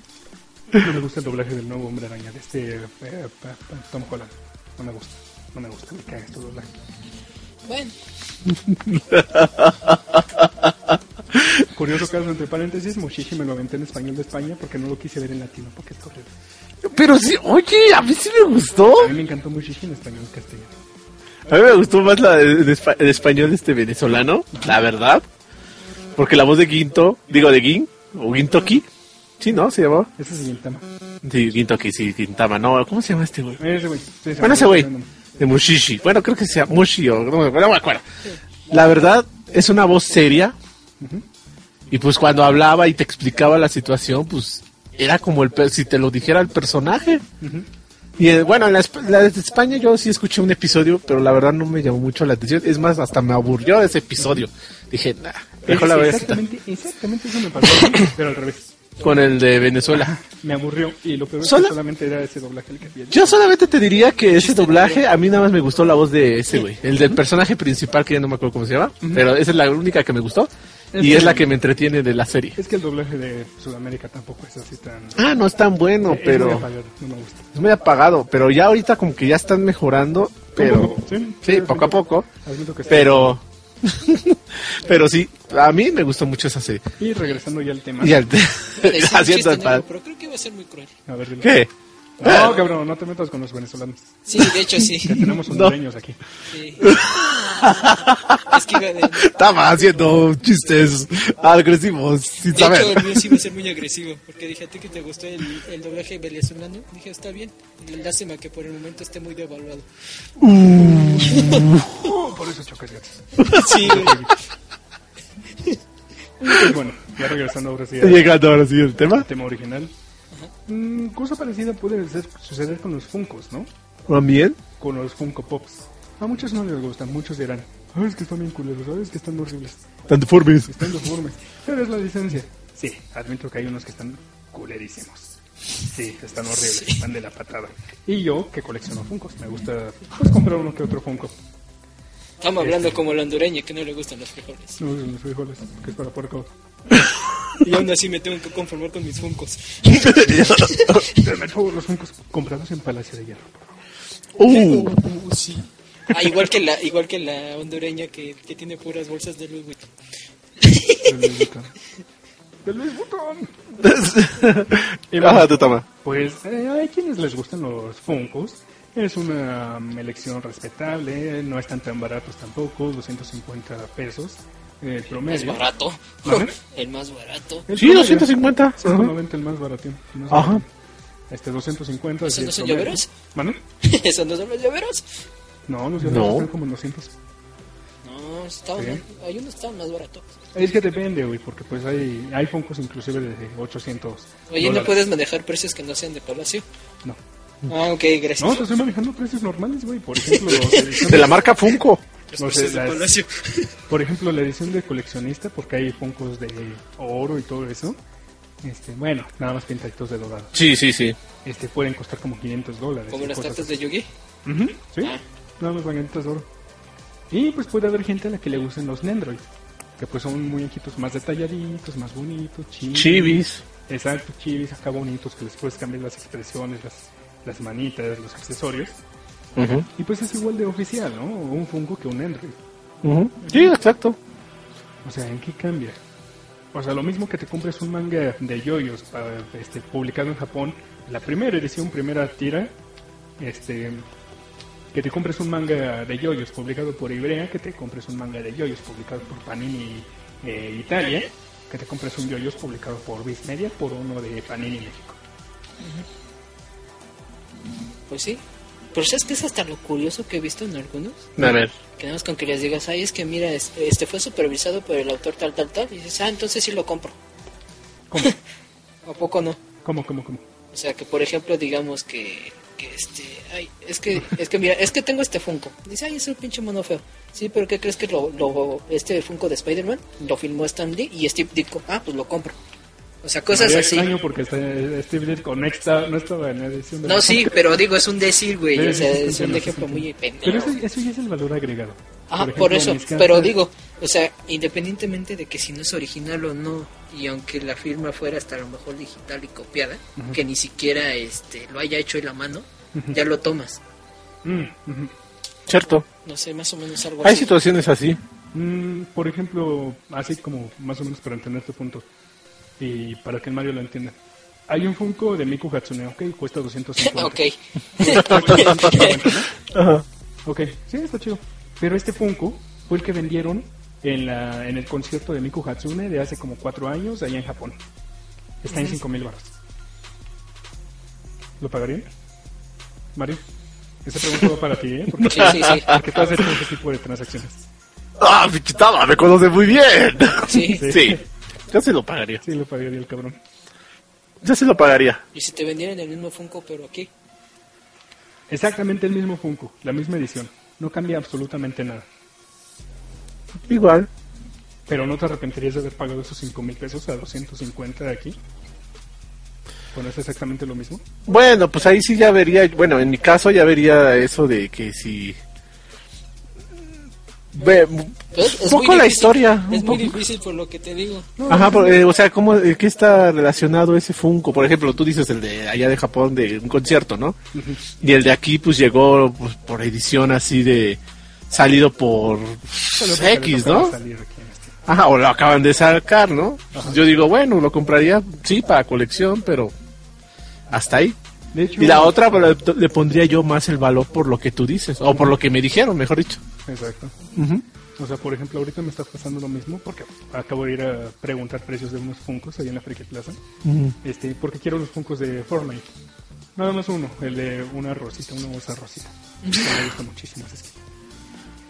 A: No me gusta el doblaje del nuevo Hombre Araña, de este eh, pa- pa- Tom Holland. No me gusta. No me gusta. Me caga este doblaje.
D: Bueno,
A: Curioso caso, entre paréntesis, Mushishi me lo aventé en español de España porque no lo quise ver en latino porque es horrible.
B: [laughs] Pero sí, oye, a mí sí me gustó.
A: A mí me encantó Mushishi en español castellano.
B: A mí me gustó más la de, de espa- de español este venezolano, la verdad. Porque la voz de Guinto, digo de Guin, o Guintoqui. Sí, ¿no? Se llamaba.
A: Ese es el tema.
B: Sí, Guintoqui, sí, Quintama. No, ¿cómo se llama este güey?
A: Ese güey. Sí, se
B: Bueno,
A: me
B: ese
A: olvidó
B: güey.
A: el nombre.
B: De Mushishi. Bueno, creo que sea Mushi o no, me- no me acuerdo. La verdad, es una voz seria. Y pues cuando hablaba y te explicaba la situación, pues era como el per- si te lo dijera el personaje. Y eh, bueno, en la, esp- la de España yo sí escuché un episodio, pero la verdad no me llamó mucho la atención. Es más, hasta me aburrió ese episodio. Dije, nah, mejor la
A: Es-
B: voy a quitar.
A: exactamente, exactamente eso me pasó, [coughs] pero al revés.
B: Con el de Venezuela.
A: Me aburrió y lo peor es
B: Solo-
A: que solamente era ese doblaje el que había.
B: Yo solamente te diría que ese doblaje, a mí nada más me gustó la voz de ese güey, el del personaje principal que ya no me acuerdo cómo se llama, pero esa es la única que me gustó y
A: Ese-
B: es la que me entretiene de la serie.
A: Es que el doblaje de Sudamérica tampoco es así tan...
B: Ah, no es tan bueno,
A: es muy
B: pero
A: apagado, no me gusta.
B: es muy apagado, pero ya ahorita como que ya están mejorando, pero
A: Poco a poco, sí.
B: sí, poco a poco,
A: Admito que sí.
B: pero [laughs] Pero sí, a mí me gustó mucho esa serie.
A: Y regresando ya al tema.
B: Y al- [laughs]
D: Le decía pues, un
B: haciendo
D: chiste
B: el padre.
D: negro, pero creo que va a ser muy cruel.
A: A ver, dilo.
B: ¿Qué?
A: No, cabrón, no te metas con los venezolanos.
D: Sí, de hecho
B: [laughs]
D: sí. [laughs]
A: Que tenemos
B: No.
A: hondureños aquí.
D: sí. es que iba de...
B: Estaba haciendo chistes agresivos sin
D: De hecho,
B: saber.
D: el mío sí iba a ser muy agresivo, porque dije a ti que te gustó el, el doblaje venezolano. Dije, está bien. Lástima que por el momento esté muy
B: [laughs]
D: devaluado.
A: Oh, por eso chocas gatos.
D: Sí,
A: Pues bueno, ya regresando ahora sí al
B: Llegando ahora sí el tema.
A: tema original. Mm, cosa parecida puede ser- suceder con los Funkos, ¿no?
B: También.
A: Con los Funko Pops. A muchos no les gustan, muchos dirán, ay, es que están bien culeros, ay, es que están horribles,
B: Tan deformes.
A: están deformes. Pero es la licencia. Sí, admito que hay unos que están culerísimos. Sí, están horribles, están de la patada. Y yo, que colecciono Funkos, me gusta pues, comprar uno que otro Funko.
D: estamos hablando como el hondureño que no le gustan los frijoles.
A: No, los frijoles, que es para puerco.
D: Y aún así me tengo que conformar con mis funcos.
A: Dame todos los Funkos comprados en Palacio de Hierro.
B: [laughs] Uh,
D: Ah, igual que la, igual que la hondureña que, que tiene puras bolsas de Louis Vuitton.
A: De Luis Butón. De Luis Butón. [laughs] Y bueno,
B: Ajá, tú toma.
A: Pues eh, hay quienes les gustan los Funkos. Es una mm, elección respetable. No están tan baratos tampoco. 250 pesos. eh, El
D: Es
A: promedio.
D: barato.
A: Ajá.
D: [laughs] El más barato. [laughs]
A: El
B: Sí,
A: promedio,
B: 250. Ajá.
A: 190 el más barato.
B: Ajá.
A: Este 250
D: ¿Esos
A: el
D: no son
A: promedio.
D: llaveros?
A: ¿Mande?
D: ¿Esos no son los llaveros?
A: No, los
B: No.
A: llaveros están como en 200.
D: No, estaban,
A: Sí.
D: hay unos que estaban más baratos.
A: Es que depende, güey, porque pues hay, hay Funkos inclusive de 800.
D: Oye, ¿no
A: dólares.
D: puedes manejar precios que no sean de palacio?
A: No.
D: Ah, ok, gracias.
A: No, pues, te estoy manejando precios normales, güey. Por
B: [laughs]
A: ejemplo, los
B: De la marca Funko. [laughs]
D: Los
A: No sé,
D: precios de
A: las-
D: palacio.
A: Por ejemplo, la edición de coleccionista, porque hay funcos de oro y todo eso. Este, bueno, nada más pintaditos de dorado.
B: Sí, sí, sí.
A: Este, pueden costar como 500 dólares.
D: Como
A: y
D: las
A: cosas
D: cartas de Ah. Yugi.
A: así. Ujú, Sí, nada más baguetas de oro. Y pues puede haber gente a la que le gusten los Nendroids, que pues son muñequitos más detalladitos, más bonitos, chivis.
B: Chivis.
A: Exacto, chivis acá bonitos, que les puedes cambiar las expresiones, las, las manitas, los accesorios.
B: Ujú,
A: Y pues es igual de oficial, ¿no? Un funko que un Nendroid.
B: ujú. Sí, exacto.
A: O sea, ¿en qué cambia? O sea, lo mismo que te compres un manga de yoyos pa- este, publicado en Japón, la primera edición, primera tira, este, que te compres un manga de yoyos publicado por Ibrea, que te compres un manga de yoyos publicado por Panini eh, Italia, que te compres un yoyos publicado por Viz Media, por uno de Panini México.
D: Pues sí. Pero ¿sabes qué es hasta lo curioso que he visto en algunos?
B: A ver.
D: Que nada más con que les digas, ay, es que mira, es- este fue supervisado por el autor tal, tal, tal. Y dices, ah, entonces sí lo compro.
A: ¿Cómo?
D: [laughs] ¿A poco no?
A: ¿Cómo, cómo, cómo?
D: O sea, que por ejemplo, digamos que, que este, ay, es que, es que mira, es que tengo este Funko. Dice, ay, es un pinche mono feo. Sí, pero ¿qué crees que lo, lo- este Funko de Spider-Man lo filmó Stan Lee y Steve Ditko? Ah, pues lo compro. O sea, cosas
A: María,
D: así.
A: extraño porque este- Steve Ditko no está- no estaba en la edición de
D: No,
A: Japón.
D: sí, pero digo, es un decir, güey.
A: Sí,
D: O
A: sí,
D: sea,
A: sí,
D: es un
A: entiendo,
D: ejemplo
A: sí,
D: muy
A: entiendo. Pero eso,
D: pendejo.
A: eso ya es el valor agregado.
D: Ajá,
A: ejemplo,
D: por eso.
A: mis cartas-
D: Pero digo, o sea, independientemente de que si no es original o no, y aunque la firma fuera hasta a lo mejor digital y copiada,
A: Ujú.
D: que ni siquiera este lo haya hecho en la mano, ya lo tomas.
A: Mm, ujú.
B: Cierto.
D: No sé, más o menos algo
B: Hay
D: así.
B: situaciones así.
A: Mm, por ejemplo, así como más o menos para entender tu punto y para que el Mario lo entienda. Hay un Funko de Miku Hatsune, ok, cuesta 250.
D: [laughs] ok.
A: Cuesta 250, ¿no?
B: Ajá.
A: Ok, sí, está chido. Pero este Funko fue el que vendieron en, la, en el concierto de Miku Hatsune de hace como cuatro años allá en Japón. Está en 5 mil baros. ¿Lo pagarían? Mario, esa pregunta va para ti, ¿eh? Porque,
D: Sí, sí, sí.
A: porque tú has hecho ese tipo de transacciones.
B: Ah, pinche Tama, me conoce muy bien.
D: [laughs] Sí.
A: Sí.
B: Sí. Yo se lo pagaría.
A: Sí, lo pagaría el cabrón.
B: Yo se lo pagaría.
D: Y si te vendieran el mismo Funko, pero aquí.
A: Exactamente el mismo Funko, la misma edición. No cambia absolutamente nada.
B: Igual.
A: Pero no te arrepentirías de haber pagado esos 5 mil pesos a 250 de aquí. Bueno, es exactamente lo mismo.
B: Bueno, pues ahí sí ya vería, bueno, en mi caso ya vería eso de que si... Ve,
D: Pues, es
B: un
D: muy
B: poco la
D: difícil,
B: historia.
D: Es
B: un
D: muy
B: poco.
D: difícil por lo que te digo.
B: Ajá, por- eh, o sea, ¿cómo, eh, ¿qué está relacionado ese Funko? Por ejemplo, tú dices el de allá de Japón de un concierto, ¿no? Y el de aquí pues llegó pues, por edición así de salido por
A: Solo porque
B: X,
A: le tocaba
B: ¿no?
A: salir aquí en este.
B: Ajá, o lo acaban de sacar, ¿no? Yo digo, bueno, lo compraría, sí, para colección, pero hasta ahí.
A: De hecho,
B: Y la otra pero le, le pondría yo más el valor por lo que tú dices, o por lo que me dijeron, mejor dicho.
A: Exacto.
B: Ujú.
A: O sea, por ejemplo, ahorita me está pasando lo mismo porque acabo de ir a preguntar precios de unos funcos ahí en la Friki Plaza.
B: Ujú.
A: Este, porque quiero unos funcos de Fortnite. Nada más uno, el de una rosita, una bolsa rosita. Que Me gusta muchísimo ese skin.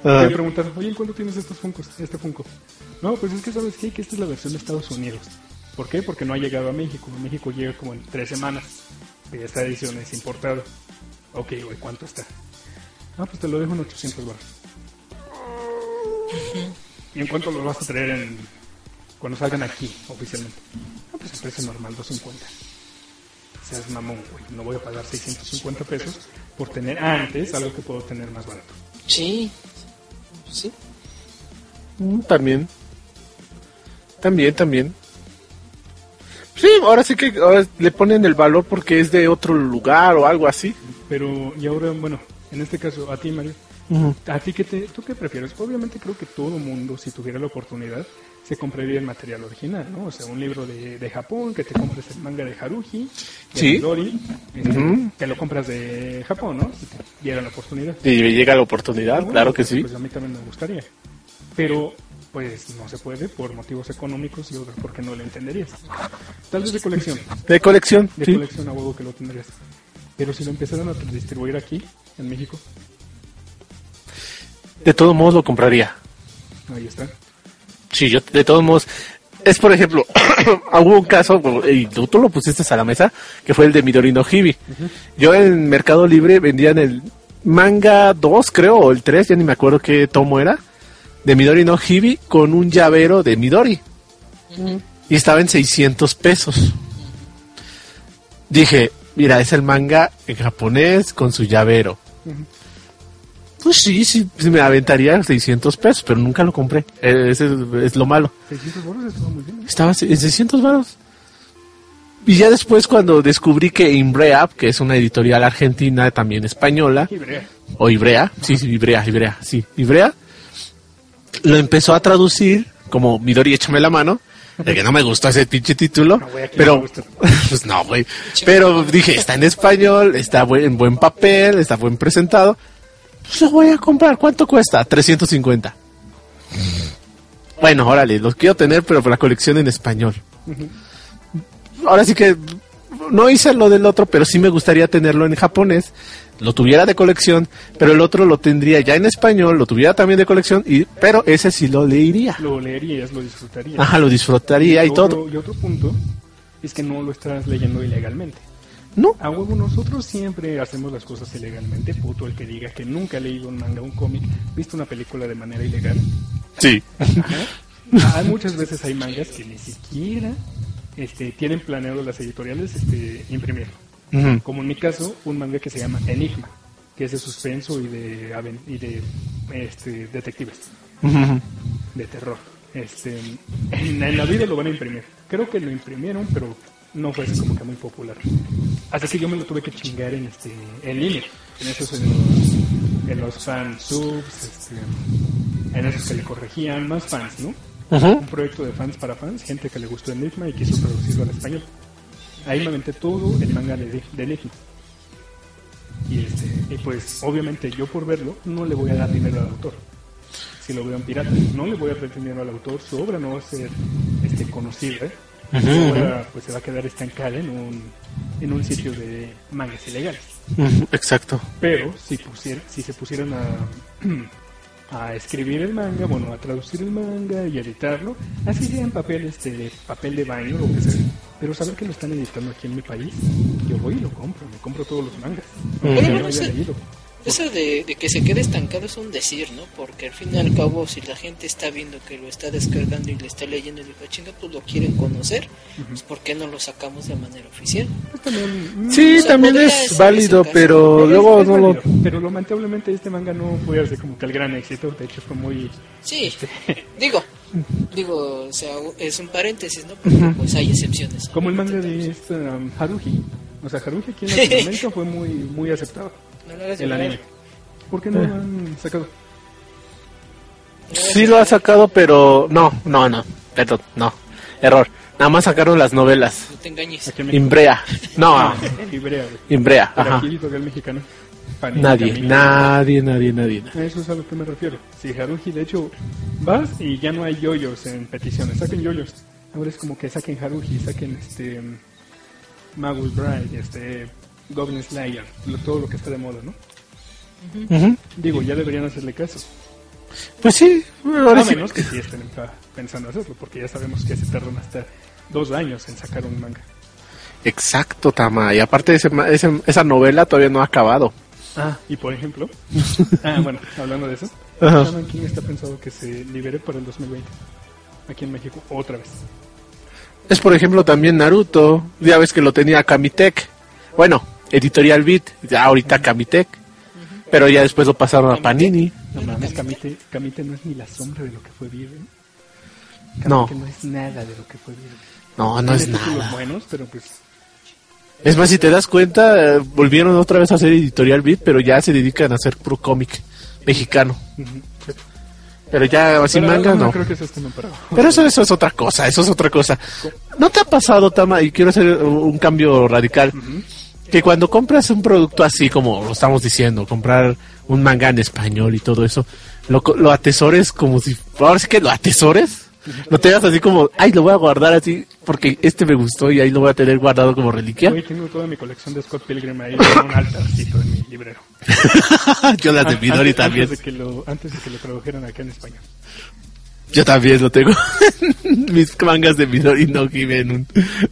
B: Ah,
A: Le preguntaron, oye, ¿en cuánto tienes estos funcos? Este funco. No, pues es que sabes qué? que esta es la versión de Estados Unidos. ¿Por qué? Porque no ha llegado a México. A México llega como en tres semanas. Y esta edición es importada. Ok, güey, ¿cuánto está? Ah, pues te lo dejo en 800 baros. ¿Y en cuánto lo vas a traer en... cuando salgan aquí oficialmente? Ah, pues el precio normal, 250. Seas mamón, güey. No voy a pagar 650 pesos por tener antes algo que puedo tener más barato.
D: Sí. Sí.
B: mm, También. También, también. Sí, ahora sí que ahora le ponen el valor porque es de otro lugar o algo así.
A: Pero, y ahora, bueno, en este caso, a ti, Mario, ¿a ti qué te, tú qué prefieres? Obviamente creo que todo mundo, si tuviera la oportunidad, se compraría el material original, ¿no? O sea, un libro de, de Japón, que te compres el manga de Haruji, de
B: Sí.
A: Midori, este,
B: Ujú.
A: te lo compras de Japón, ¿no? Si te diera la oportunidad.
B: Y llega la oportunidad,
A: Ah, bueno,
B: claro que
A: pues,
B: sí.
A: Pues a mí también me gustaría. Pero, pues no se puede por motivos económicos y otros porque no le entenderías. Tal vez de colección,
B: De colección,
A: de
B: sí.
A: colección a huevo que lo tendrías. Pero si lo empezaran a distribuir aquí, en México,
B: De todos modos lo compraría.
A: Ahí está.
B: Sí, yo de todos modos. Es por ejemplo, [coughs] hubo un caso, y tú, tú lo pusiste a la mesa, que fue el de Midori no Hibi. Yo en Mercado Libre vendían el manga 2, creo, o el 3, ya ni me acuerdo qué tomo era, de Midori no Hibi con un llavero de Midori. Y estaba en 600 pesos. Dije, mira, es el manga en japonés con su llavero. Pues sí, sí, pues me aventaría 600 pesos, pero nunca lo compré. Eh, Ese es- es lo malo.
A: 600 bolos estuvo muy bien. ¿eh?
B: Estaba en 600 varos. Y ya después cuando descubrí que Imbrea, que es una editorial argentina, también española,
A: Qué brea.
B: o Ibrea, sí, sí, Ibrea, Ibrea, sí, Ibrea, lo empezó a traducir como Midori, échame la mano, de que no me gustó ese pinche título,
A: No, güey, aquí no me
B: pero,
A: gusta.
B: [laughs] pues no, güey, pero dije, está en español, está bu- en buen papel, está buen presentado, pues lo voy a comprar, ¿cuánto cuesta? 350. Bueno, órale, los quiero tener, pero para la colección en español. Ahora sí que no hice lo del otro, pero sí me gustaría tenerlo en japonés. Lo tuviera de colección, pero el otro lo tendría ya en español, lo tuviera también de colección, y, pero ese sí lo leería.
A: Lo leerías, lo disfrutarías.
B: Ajá, lo disfrutaría y
A: otro,
B: todo.
A: Y otro punto es que no lo estás leyendo ilegalmente.
B: No,
A: A huevo, nosotros siempre hacemos las cosas ilegalmente. Puto el que diga que nunca ha leído un manga, un cómic, visto una película de manera ilegal.
B: sí.
A: Ajá. Hay muchas veces hay mangas que ni siquiera este, tienen planeado las editoriales este, imprimir.
B: Ujú.
A: Como en mi caso, un manga que se llama Enigma, que es de suspenso y de, aven- y de este, detectives.
B: Ujú.
A: de terror. Este, en, en la vida lo van a imprimir. Creo que lo imprimieron, pero no fue así como que muy popular. Así que yo me lo tuve que chingar en, este, en línea. En esos, en los, en los fansubs, este, en esos que le corregían, más fans, ¿no?
B: Ujú.
A: Un proyecto de fans para fans, gente que le gustó Enigma y quiso traducirlo al español. Ahí me aventé todo el manga de, de Enigma. Y, este, y pues, obviamente, yo por verlo no le voy a dar dinero al autor si lo veo en pirata. No le voy a pretender al autor, su obra no va a ser este, conocida. Su obra pues, se va a quedar estancada en un, en un sitio de mangas ilegales.
B: Ujú. Exacto.
A: Pero si, pusiera, si se pusieran a, [clears throat] a escribir el manga, bueno, a traducir el manga y editarlo, así sea en papel, este, de papel de baño, lo que sea. Pero saber que lo están editando aquí en mi país, yo voy y lo compro, me compro todos los mangas. aunque
D: Ujú.
A: no lo haya leído.
D: Eso de, de que se quede estancado es un decir, ¿no? Porque al fin y al cabo, si la gente está viendo que lo está descargando y le está leyendo y dijo, chinga, pues lo quieren conocer, pues ¿por qué no lo sacamos de manera oficial?
A: Pues también, mm,
B: Sí, también
D: podría
B: es
D: decir
B: válido,
D: eso,
B: pero
A: Es-
B: luego
A: es
B: no lo...
A: válido, Pero lamentablemente este manga no fue así como que el gran éxito. De hecho, fue muy.
D: Sí,
B: Este.
D: [laughs] digo, digo, o sea, es un paréntesis, ¿no? Porque pues hay excepciones.
A: Como el manga de esta, um, Haruhi. O sea, Haruhi aquí en Latinoamérica fue muy, muy aceptado.
D: No lo hagas de
A: El
D: verdad.
B: Eh.
A: anime. ¿Por qué no lo han sacado?
B: Sí lo ha sacado, pero no, no, no. Perdón, no. Error. Nada más sacaron las novelas.
D: No te engañes.
A: Aquí en México.
B: Imbrea. No,
A: Ibrea, güey.
B: Imbrea.
A: Pero
B: Ah. Ajá.
A: aquí dijo que es mexicano. Panini,
B: Nadie,
A: Camino.
B: nadie, nadie, nadie.
A: A Eso es a lo que me refiero. Si Haruhi, de hecho, vas y ya no hay yoyos en peticiones. Saquen yoyos. Ahora es como que saquen Haruhi, saquen este. mm, Magus Bride, este. Goblin Slayer, lo- todo lo que está de moda, ¿no?
B: Ujú.
A: Digo, ya deberían hacerle caso.
B: Pues sí, ahora
A: A
B: sí.
A: menos que sí estén pa- pensando hacerlo, porque ya sabemos que se tardan hasta dos años en sacar un manga.
B: Exacto, Tama. Y aparte, ese ma- ese- esa novela todavía no ha acabado.
A: Ah, y por [laughs] ejemplo, ah, bueno, hablando de eso,
B: Ajá.
A: ¿saben quién está pensado que se libere para el 2020? Aquí en México, otra vez.
B: Es por ejemplo también Naruto. Ya ves que lo tenía Kamitec. Bueno, Editorial Beat. Ya ahorita Kamitec. Pero ya después lo pasaron a Panini.
A: No mames, Camite, Camite no es ni la sombra de lo que fue Virgen.
B: No.
A: Que no es nada de lo que fue Virgen.
B: No, no es
A: Tiene títulos
B: nada.
A: buenos, pero pues.
B: Es más, si te das cuenta, eh, volvieron otra vez a hacer Editorial Beat, pero ya se dedican a hacer puro cómic mexicano. Pero ya sin
A: pero
B: manga, no.
A: Creo que eso es tema para
B: Pero eso, eso es otra cosa, eso es otra cosa. ¿No te ha pasado, Tama, y quiero hacer un cambio radical, que cuando compras un producto así, como lo estamos diciendo, comprar un manga en español y todo eso, lo, co- lo atesores como si, ahora sí que lo atesores, lo tengas así como, ay, lo voy a guardar así porque este me gustó y ahí lo voy a tener guardado como reliquia.
A: Hoy tengo toda mi colección de Scott Pilgrim ahí en un altarcito en mi librero.
B: [laughs]
A: Ah,
B: Yo las de Midori
A: antes,
B: también,
A: Antes de, que lo, antes de que lo tradujeran acá en España.
B: yo también lo tengo. [laughs] Mis mangas de Midori no Hime en, un,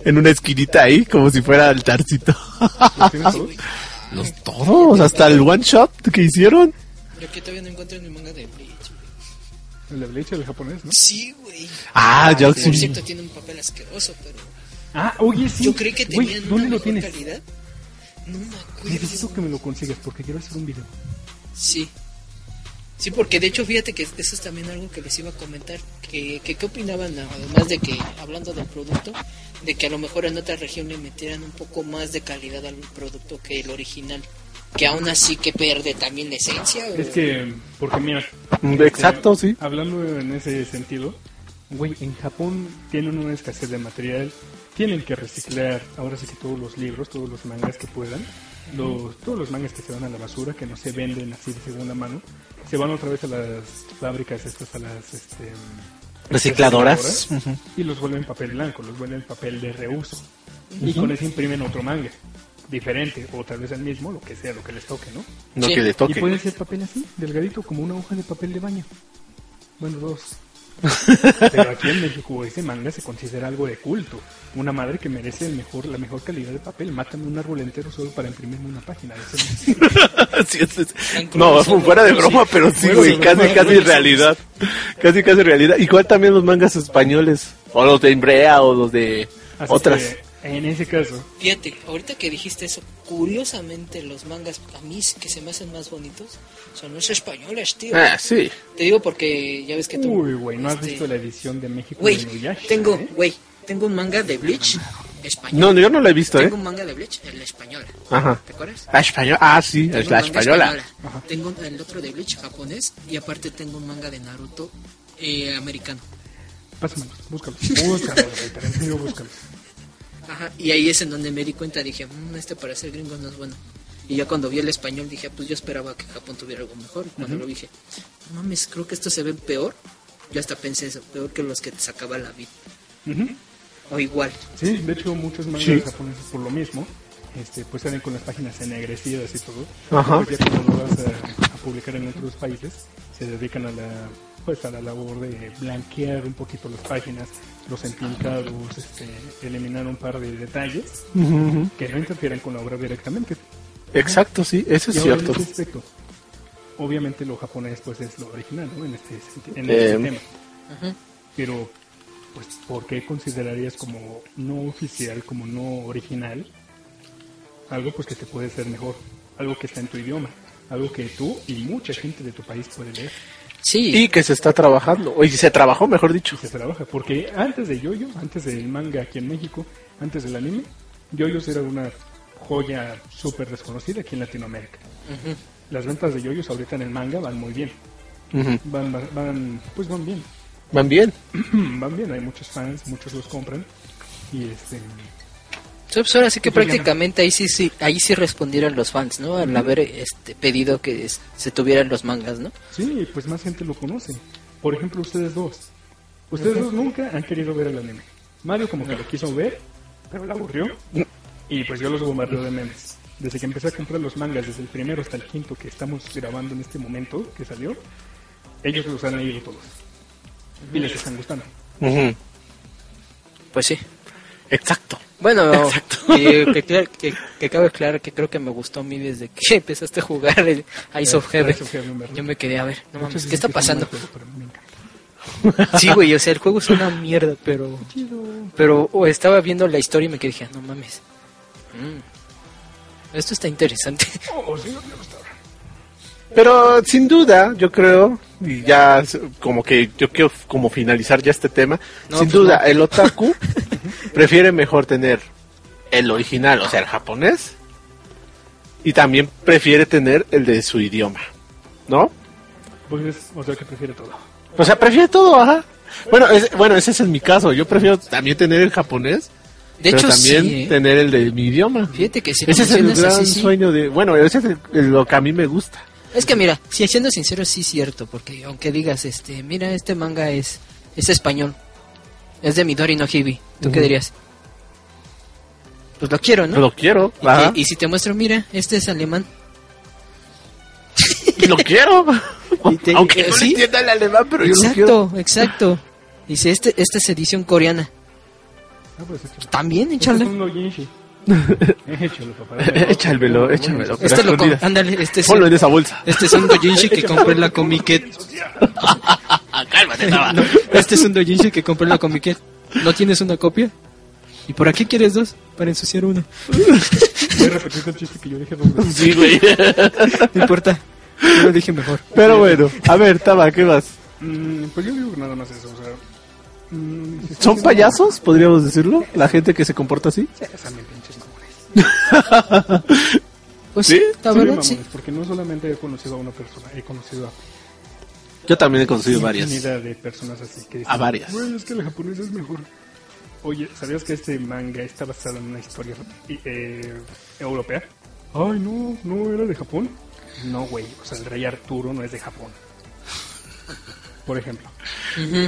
B: en una esquinita ahí, como si fuera altarcito. [laughs] Ah,
A: ¿Los tienes todos?
B: Los todos, hasta el one shot que hicieron.
D: Yo aquí todavía no encuentro mi manga de Bleach. güey.
A: El de Bleach, el japonés, ¿no?
D: Sí, güey.
B: Ah, ya
D: Por
B: sí.
D: cierto, tiene un papel asqueroso, pero
A: Ah, oye, sí.
D: yo creí que
A: Güey,
D: tenían
A: ¿Dónde
D: una
A: lo
D: mejor
A: tienes?
D: calidad. No me acuerdo.
A: Necesito que me lo consigas porque quiero hacer un video.
D: Sí. Sí, porque de hecho, fíjate que eso es también algo que les iba a comentar. que, que ¿Qué opinaban, además de que, hablando del producto, de que a lo mejor en otra región le metieran un poco más de calidad al producto que el original? Que aún así que pierde también la esencia. o-
A: Es que, porque mira.
B: Mm,
A: este,
B: exacto, sí.
A: Hablando en ese sentido, güey, en Japón tienen una escasez de material, tienen que reciclar ahora sí que todos los libros, todos los mangas que puedan, los, todos los mangas que se van a la basura, que no se venden así de segunda mano, se van otra vez a las fábricas estas, a las este,
B: Recicladoras.
A: recicladoras, y los vuelven papel blanco, los vuelven papel de reuso. Y con eso imprimen otro manga, diferente, o tal vez el mismo, lo que sea, lo que les toque, ¿no?
B: No
D: Sí.
B: que le
A: Y
B: toque. [laughs]
A: puede ser papel así, delgadito, como una hoja de papel de baño. Bueno, dos. [laughs] Pero aquí en México ese manga se considera algo de culto. Una madre que merece el mejor, la mejor calidad de papel. Mátame un árbol entero solo para imprimirme una página. Eso [laughs] no-
B: Sí, es- es- No, fuera de broma, pero sí,
A: Fuera
B: güey,
A: de
B: casi,
A: broma,
B: casi
A: güey.
B: realidad. Casi, casi realidad. Igual también los mangas españoles. O los de Imbrea o los de
A: Así
B: otras.
A: que, en ese caso,
D: Fíjate, ahorita que dijiste eso, curiosamente los mangas a mí que se me hacen más bonitos son los españoles, tío.
B: Ah, sí.
D: Te digo porque ya ves que tú...
A: uy, güey, ¿no has
D: este,
A: visto la edición de México de
D: Güey,
A: Inuyasha,
D: tengo,
A: eh?
D: güey, tengo un manga de Bleach español.
B: No, yo no lo he visto, ¿eh?
D: Tengo un manga de Bleach, el español.
B: Ajá.
D: ¿Te acuerdas?
B: La española. Ah, sí, es
D: Tengo
B: la
D: un manga
B: española.
D: española. Tengo el otro de Bleach japonés y aparte tengo un manga de Naruto eh, americano.
A: Pásamelo, búscalo. Búscalo, güey, te lo enseño, búscalo.
D: Ajá, y ahí es en donde me di cuenta, dije, "Mm, este para ser gringo no es bueno. Y ya cuando vi el español dije, pues yo esperaba que Japón tuviera algo mejor. Y Cuando lo dije, "No mames, creo que esto se ve peor. Yo hasta pensé eso, peor que los que te sacaba la vida.
A: Ujú.
D: O igual.
A: Sí, de hecho muchos mangas
B: Sí.
A: japoneses por lo mismo, este, pues salen con las páginas ennegrecidas y todo.
B: Ajá.
A: Porque ya cuando lo vas a, a publicar en otros países, se dedican a la, pues a la labor de blanquear un poquito las páginas, los empintados, este, eliminar un par de detalles
B: Ujú, ujú.
A: que no interfieran con la obra directamente.
B: Exacto, sí, eso
A: Y
B: es
A: ahora en
B: cierto.
A: ese aspecto, obviamente lo japonés pues es lo original, ¿no? En este, senti- en
B: Eh,
A: este tema. Pero, pues, ¿por qué considerarías como no oficial, como no original, algo pues que te puede ser mejor? Algo que está en tu idioma, algo que tú y mucha gente de tu país puede leer
D: Sí,
B: Y que se está trabajando. Oye, se trabajó, mejor dicho.
A: y se trabaja. Porque antes de Yoyo, antes del manga aquí en México, antes del anime, Yoyos era una joya súper desconocida aquí en Latinoamérica. Las ventas de Yoyos ahorita en el manga van muy bien.
B: Ujú.
A: Van, van, van- pues van bien. [clears throat]
B: Van bien.
A: van bien, hay muchos fans, muchos los compran. Y este.
D: Sí, pues ahora sí que
A: Sí, pues,
D: prácticamente ahí sí, sí, ahí sí respondieron los fans, ¿no? Al haber este, pedido que es- se tuvieran los mangas, ¿no?
A: Sí, pues más gente lo conoce. Por ejemplo, ustedes dos. Ustedes dos nunca han querido ver el anime. Mario como que lo quiso ver, pero le aburrió. Y pues yo los bombardeo de memes. Desde que empecé a comprar los mangas, desde el primero hasta el quinto que estamos grabando en este momento, que salió, ellos los han leído todos. Y les están gustando.
B: Ujú.
D: Pues sí.
B: Exacto.
D: Bueno, que, que, clar- que, que cabe aclarar que creo que me gustó a mí desde que [laughs] empezaste a jugar el Ice of Heaven.
A: Eh, Ice of Heaven, ¿verdad?
D: Yo me quedé a ver, no mames,
A: Muchos
D: ¿qué está
A: dicen que es un
D: pasando?
A: mal juego, pero me encanta.
D: Sí, güey, o sea, el juego es una mierda, pero... Pero o estaba viendo la historia y me quedé, dije, "Ah, no mames. Mm. Esto está interesante.
A: Oh, sí, no me gusta.
B: Pero sin duda, yo creo, y ya s- como que yo quiero f- como finalizar ya este tema,
D: No,
B: sin
D: pues
B: duda,
D: no. [laughs]
B: el otaku prefiere mejor tener el original, o sea, el japonés, y también prefiere tener el de su idioma, ¿no?
A: Pues, o sea, que prefiere todo.
B: O sea, prefiere todo, ajá. Bueno, es- bueno, ese es en mi caso, yo prefiero también tener el japonés,
D: De
B: pero
D: hecho,
B: también
D: sí, ¿eh?
B: tener el de mi idioma.
D: Fíjate que si lo
B: Ese es el
D: mencionas
B: gran
D: así, sí.
B: sueño de, bueno, ese es el- el- lo que a mí me gusta.
D: Es que mira, si siendo sincero sí es cierto, porque aunque digas, este, mira, este manga es es español. Es de Midori no Hibi. ¿Tú qué
B: Ujú.
D: dirías? Pues lo quiero, ¿no?
B: Lo quiero,
D: Y,
B: ajá.
D: te- y si te muestro, mira, este es alemán.
B: Y lo quiero.
D: Y te-
B: Aunque no
D: ¿sí?
B: le entienda el alemán, pero yo lo quiero.
D: exacto, exacto. Dice, este, esta es edición coreana.
A: Ah, pues, échale.
D: También,
A: Este
D: échale.
A: es un
D: [laughs]
A: Noyenshi. Échalo, Eh, papá.
B: Échalmelo, échamelo. pero
D: Este lo com-
B: escondidas.
D: ándale, este es
B: Ponlo
D: un,
B: en esa bolsa.
D: este es un doujinshi que compré en la Comiquet.
B: Cálmate,
D: [laughs]
B: Nava.
D: No, este es un doujinshi que compré en la Comiquet. ¿No tienes una copia? ¿Y por aquí quieres dos? Para ensuciar uno.
A: Voy a repetir el chiste que yo dije dos veces.
B: Sí, güey.
D: No importa. Yo lo dije mejor.
B: Pero bueno, a ver, Taba, ¿qué más?
A: Mm, pues yo digo que nada más eso, o sea. mm, se está
B: ¿Son
A: haciendo-
B: payasos, podríamos decirlo? ¿La gente que se comporta así?
A: O sea, bien pinches mamones.
D: Pues
B: ¿Sí?
D: sí,
A: Sí,
D: la
A: bien
D: verdad
A: mamones,
D: sí.
A: Porque no solamente he conocido a una persona, he conocido a
B: Yo también he conocido [laughs]
A: infinidad de personas así que
B: A varias.
A: Bueno, es que el japonés es mejor. Oye, ¿sabías que este manga está basado en una historia eh, europea? Ay, no, no era de Japón. No, güey, o sea, el rey Arturo no es de Japón. Por ejemplo.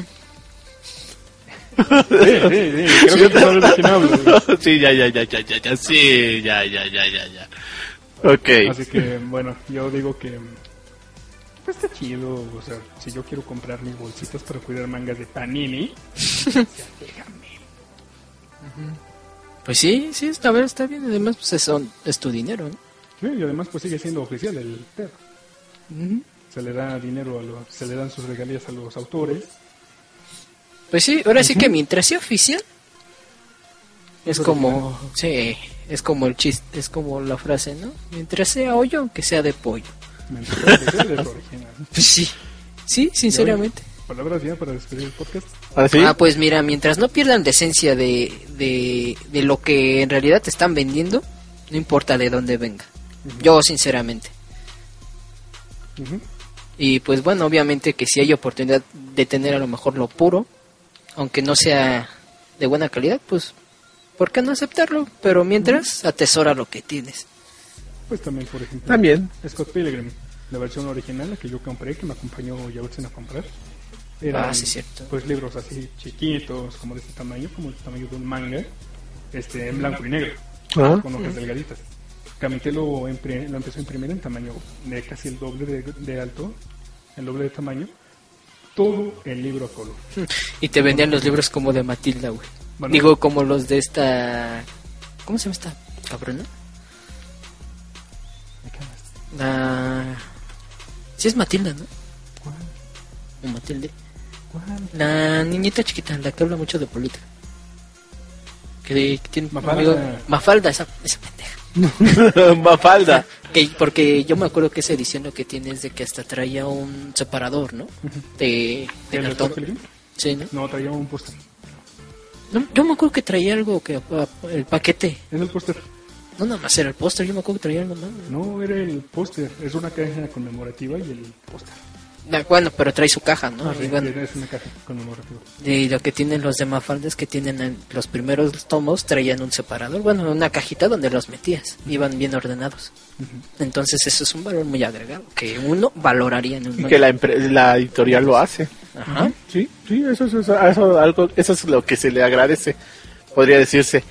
A: [laughs] Sí, sí, sí, eh, creo que tú sabes de quién hablo. güey.
B: Sí, ya, ya, ya, ya, ya, ya, sí, ya, ya, ya, ya, ya. Ok.
A: Así que, bueno, yo digo que. Pues está chido. O sea, si yo quiero comprar mis bolsitas para cuidar mangas de Panini.
D: Pues sí, sí, está bien, está bien. Además, pues eso es tu dinero, ¿no?
A: sí, Y además, pues sigue siendo oficial el pedo.
D: Ujú.
A: Se le da dinero a los. Se le dan sus regalías a los autores.
D: Pues sí, ahora sí que mientras sea oficial, es como, sí, es como el chiste, es como la frase, ¿no? Mientras sea hoyo, aunque sea de pollo.
A: mientras que sea de su original.
D: Pues sí, sí, sinceramente.
A: Palabras ya para despedir el podcast.
B: ¿Ahora sí?
D: Ah, pues mira, mientras no pierdan decencia de, de, de lo que en realidad te están vendiendo, no importa de dónde venga. Yo, sinceramente.
A: Ujú.
D: Y pues bueno, obviamente que si hay oportunidad de tener a lo mejor lo puro, aunque no sea de buena calidad, pues ¿por qué no aceptarlo? Pero mientras atesora lo que tienes.
A: Pues también, por ejemplo.
B: También.
A: Scott Pilgrim. La versión original, la que yo compré, que me acompañó Yautsen a comprar. Eran,
D: Ah, sí, cierto.
A: Pues libros así chiquitos, como de este tamaño, como el tamaño de un manga, este, en blanco y negro,
B: Ah,
A: con hojas delgaditas. Kamite lo, impri- lo empezó a imprimir en tamaño de casi el doble de, de alto, el doble de tamaño, todo el libro a color.
D: Y te vendían los libros como de Matilda, güey.
A: Bueno.
D: Digo, como los de esta... ¿Cómo se llama esta cabrona? La... Sí es Matilda, ¿no? O Matilde. La niñita chiquita, la que habla mucho de política. Que de- que tiene un
A: Mafalda.
D: amigo- Mafalda, esa, esa pendeja.
B: [laughs] Mafalda.
D: Que, porque yo me acuerdo que esa edición lo que tiene es de que hasta traía un separador, ¿no? De, de
A: ¿El
D: cartón.
A: Scott Pilgrim?
D: Sí, ¿no?
A: No, traía un póster.
D: No, Yo me acuerdo que traía algo que pa- el paquete.
A: Es el póster.
D: No nada más era el póster, yo me acuerdo que traía algo más.
A: No, era el póster. Es una caja conmemorativa y el póster.
D: Ah, Bueno, pero trae su caja, ¿no?
A: Ah,
D: Y
A: sí,
D: bueno,
A: es una caja conmemorativa.
B: Ah,
D: y lo que tienen los de Mafalda es que tienen en los primeros tomos traían un separador, bueno, una cajita donde los metías, iban bien ordenados. Entonces eso es un valor muy agregado que uno valoraría en un
B: [laughs] Que
D: manga.
B: la, empre- la editorial lo hace.
D: Ajá.
B: Sí, sí, eso, es- eso- eso- algo, eso es lo que se le agradece, podría decirse.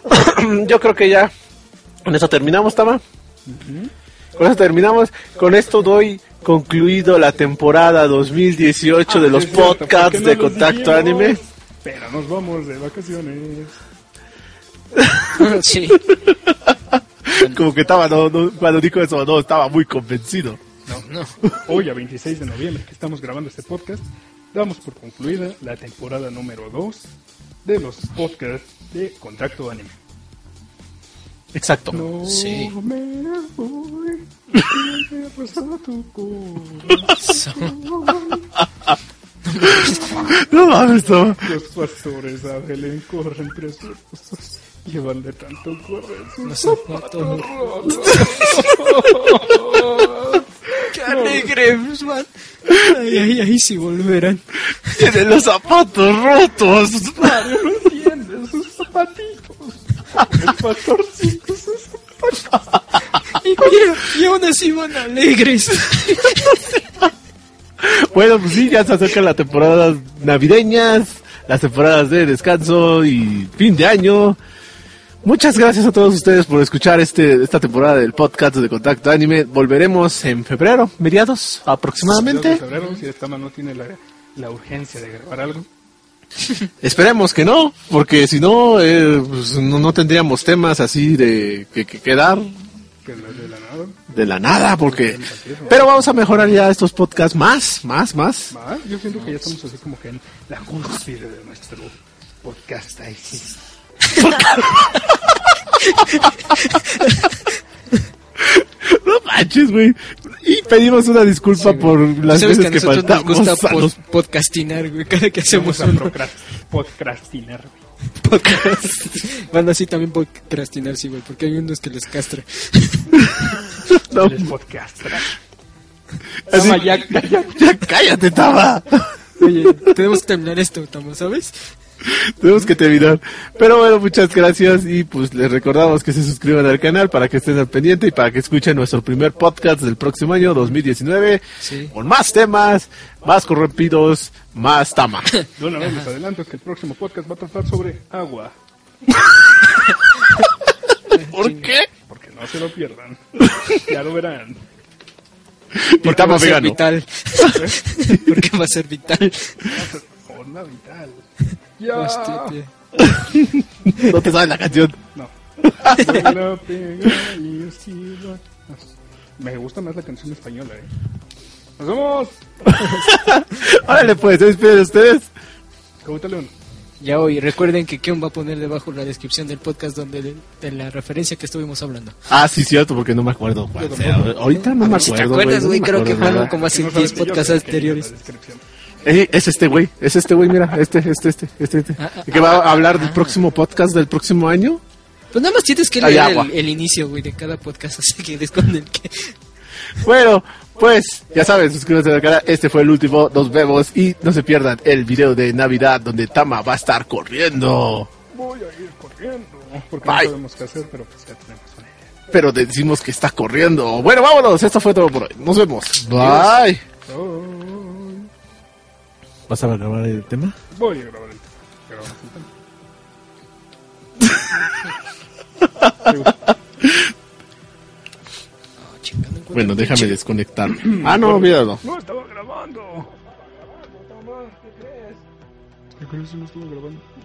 B: [coughs] Yo creo que ya con eso terminamos, Tama. Con eso terminamos. Con esto doy concluido la temporada 2018 de
A: Ah,
B: los
A: sí, es cierto, ¿por
B: podcasts
A: qué no
B: de
A: los
B: Contacto
A: dijimos?
B: Anime. [laughs]
A: Pero nos vamos de vacaciones.
D: [laughs]
C: [laughs]
D: sí.
B: Como que estaba, no, no, cuando dijo eso, no, estaba muy convencido.
D: No, no.
A: Hoy, a 26 de noviembre, que estamos grabando este podcast, damos por concluida la temporada número 2 de los podcasts de Contacto Anime.
B: Exacto.
A: No
D: Sí.
A: me voy, quiero rozar tu corazón.
B: No mames, [laughs] Tama.
A: Los pastores a Belén corren presurosos, llevan de tanto correr sus
C: Los
A: zapatos
C: zapatos.
A: rotos.
C: ¡Qué alegre, man! Ay, ay, ay, si volverán.
B: Tiene los zapatos rotos.
A: Mario no entiende sus zapatitos. El pastorcito sus zapatitos.
C: Y, mira, y aún así van alegres.
B: Bueno, pues sí, ya se acercan las temporadas navideñas, las temporadas de descanso y fin de año. Muchas gracias a todos ustedes por escuchar este esta temporada del podcast de Contacto Anime. Volveremos en febrero, mediados aproximadamente.
A: Febrero, si esta mano tiene la, la urgencia de grabar algo.
B: Esperemos que no, porque si no, eh, pues, no, no tendríamos temas así de que, que quedar
A: Que no es de la nada.
B: de la nada, porque... Pero vamos a mejorar ya estos podcasts más, más, más.
A: Más, yo siento que ya estamos así como que en la cúspide de nuestro podcast. ahí sí.
B: No manches, güey. Y pedimos una disculpa por las
C: Sabes que
B: veces
C: a
B: que
C: nosotros nos
B: faltamos
C: gusta
B: a los
C: pod- podcastinar, güey, cada que hacemos
A: Vamos a
C: un
A: procrast- podcrastinar. güey.
C: podcast. Van así también podcastinar, sí, güey, porque hay unos que les castra.
B: No,
A: Les podcastra.
B: así-
C: Tama, ya, ya.
B: ya cállate, Tama. [laughs]
C: Oye, tenemos que terminar esto, Tama, ¿sabes?
B: Tenemos que terminar. Pero bueno, muchas gracias y pues les recordamos que se suscriban al canal para que estén al pendiente y para que escuchen nuestro primer podcast del próximo año 2019
C: Sí.
B: con más temas, más corrompidos, más
C: [laughs]
B: Tama.
A: De una vez les adelanto que el próximo podcast va a tratar sobre agua.
B: ¿Por qué?
A: Porque no se lo
B: [laughs]
A: pierdan. Ya lo verán.
B: Y Tama
C: va a ser
B: vegano.
C: vital. [laughs] porque va a ser vital.
A: Onda vital.
B: Pues,
A: Ya.
C: Hostia, tía.
B: No te sabes la canción.
A: No.
B: [laughs]
A: Vuela, pega y oscila. Me gusta más la canción española, eh. ¡Nos vemos!
B: Órale, pues, se despiden ustedes.
A: Cauta León.
C: Ya hoy, recuerden que Kion va a poner debajo la descripción del podcast donde de, de la referencia que estuvimos hablando.
B: Ah, sí, cierto, porque no me acuerdo. cuál sea. Ahorita no
C: Ah,
B: me acuerdo.
C: pues, si te acuerdas,
B: no
C: güey,
B: me
C: creo que
B: acuerdo,
C: fue algo
B: ¿verdad?
C: como
A: Que
C: hace
A: no
C: 10
A: sabes que yo
C: podcasts
A: creo que ahí
C: anteriores.
A: está la descripción.
B: Eh, es este güey, es este güey, mira, este, este, este, este, este.
C: Ah,
B: que va a hablar del próximo podcast del próximo año.
C: Pues nada más tienes que
B: Hay
C: leer
B: agua.
C: el, el inicio, güey, de cada podcast, [laughs] así que es con el que...
B: Bueno, pues ya saben, suscríbanse al canal. Este fue el último, nos vemos y no se pierdan el video de Navidad donde Tama va a estar corriendo.
A: Voy a ir corriendo. Porque
B: Bye.
A: no sabemos qué hacer, pero pues ya tenemos una idea.
B: Pero decimos que está corriendo. Bueno, vámonos, esto fue todo por hoy. Nos vemos. Bye.
A: Voy-
B: ¿Vas a grabar el tema?
A: Voy a grabar el tema. Grabamos el tema.
C: No, chingado, encuentro
B: Bueno,
C: un
B: déjame
C: pinche-
B: desconectar. Ah, no, olvídalo.
A: No estaba grabando. ¿Qué crees? ¿Qué crees? No estaba grabando.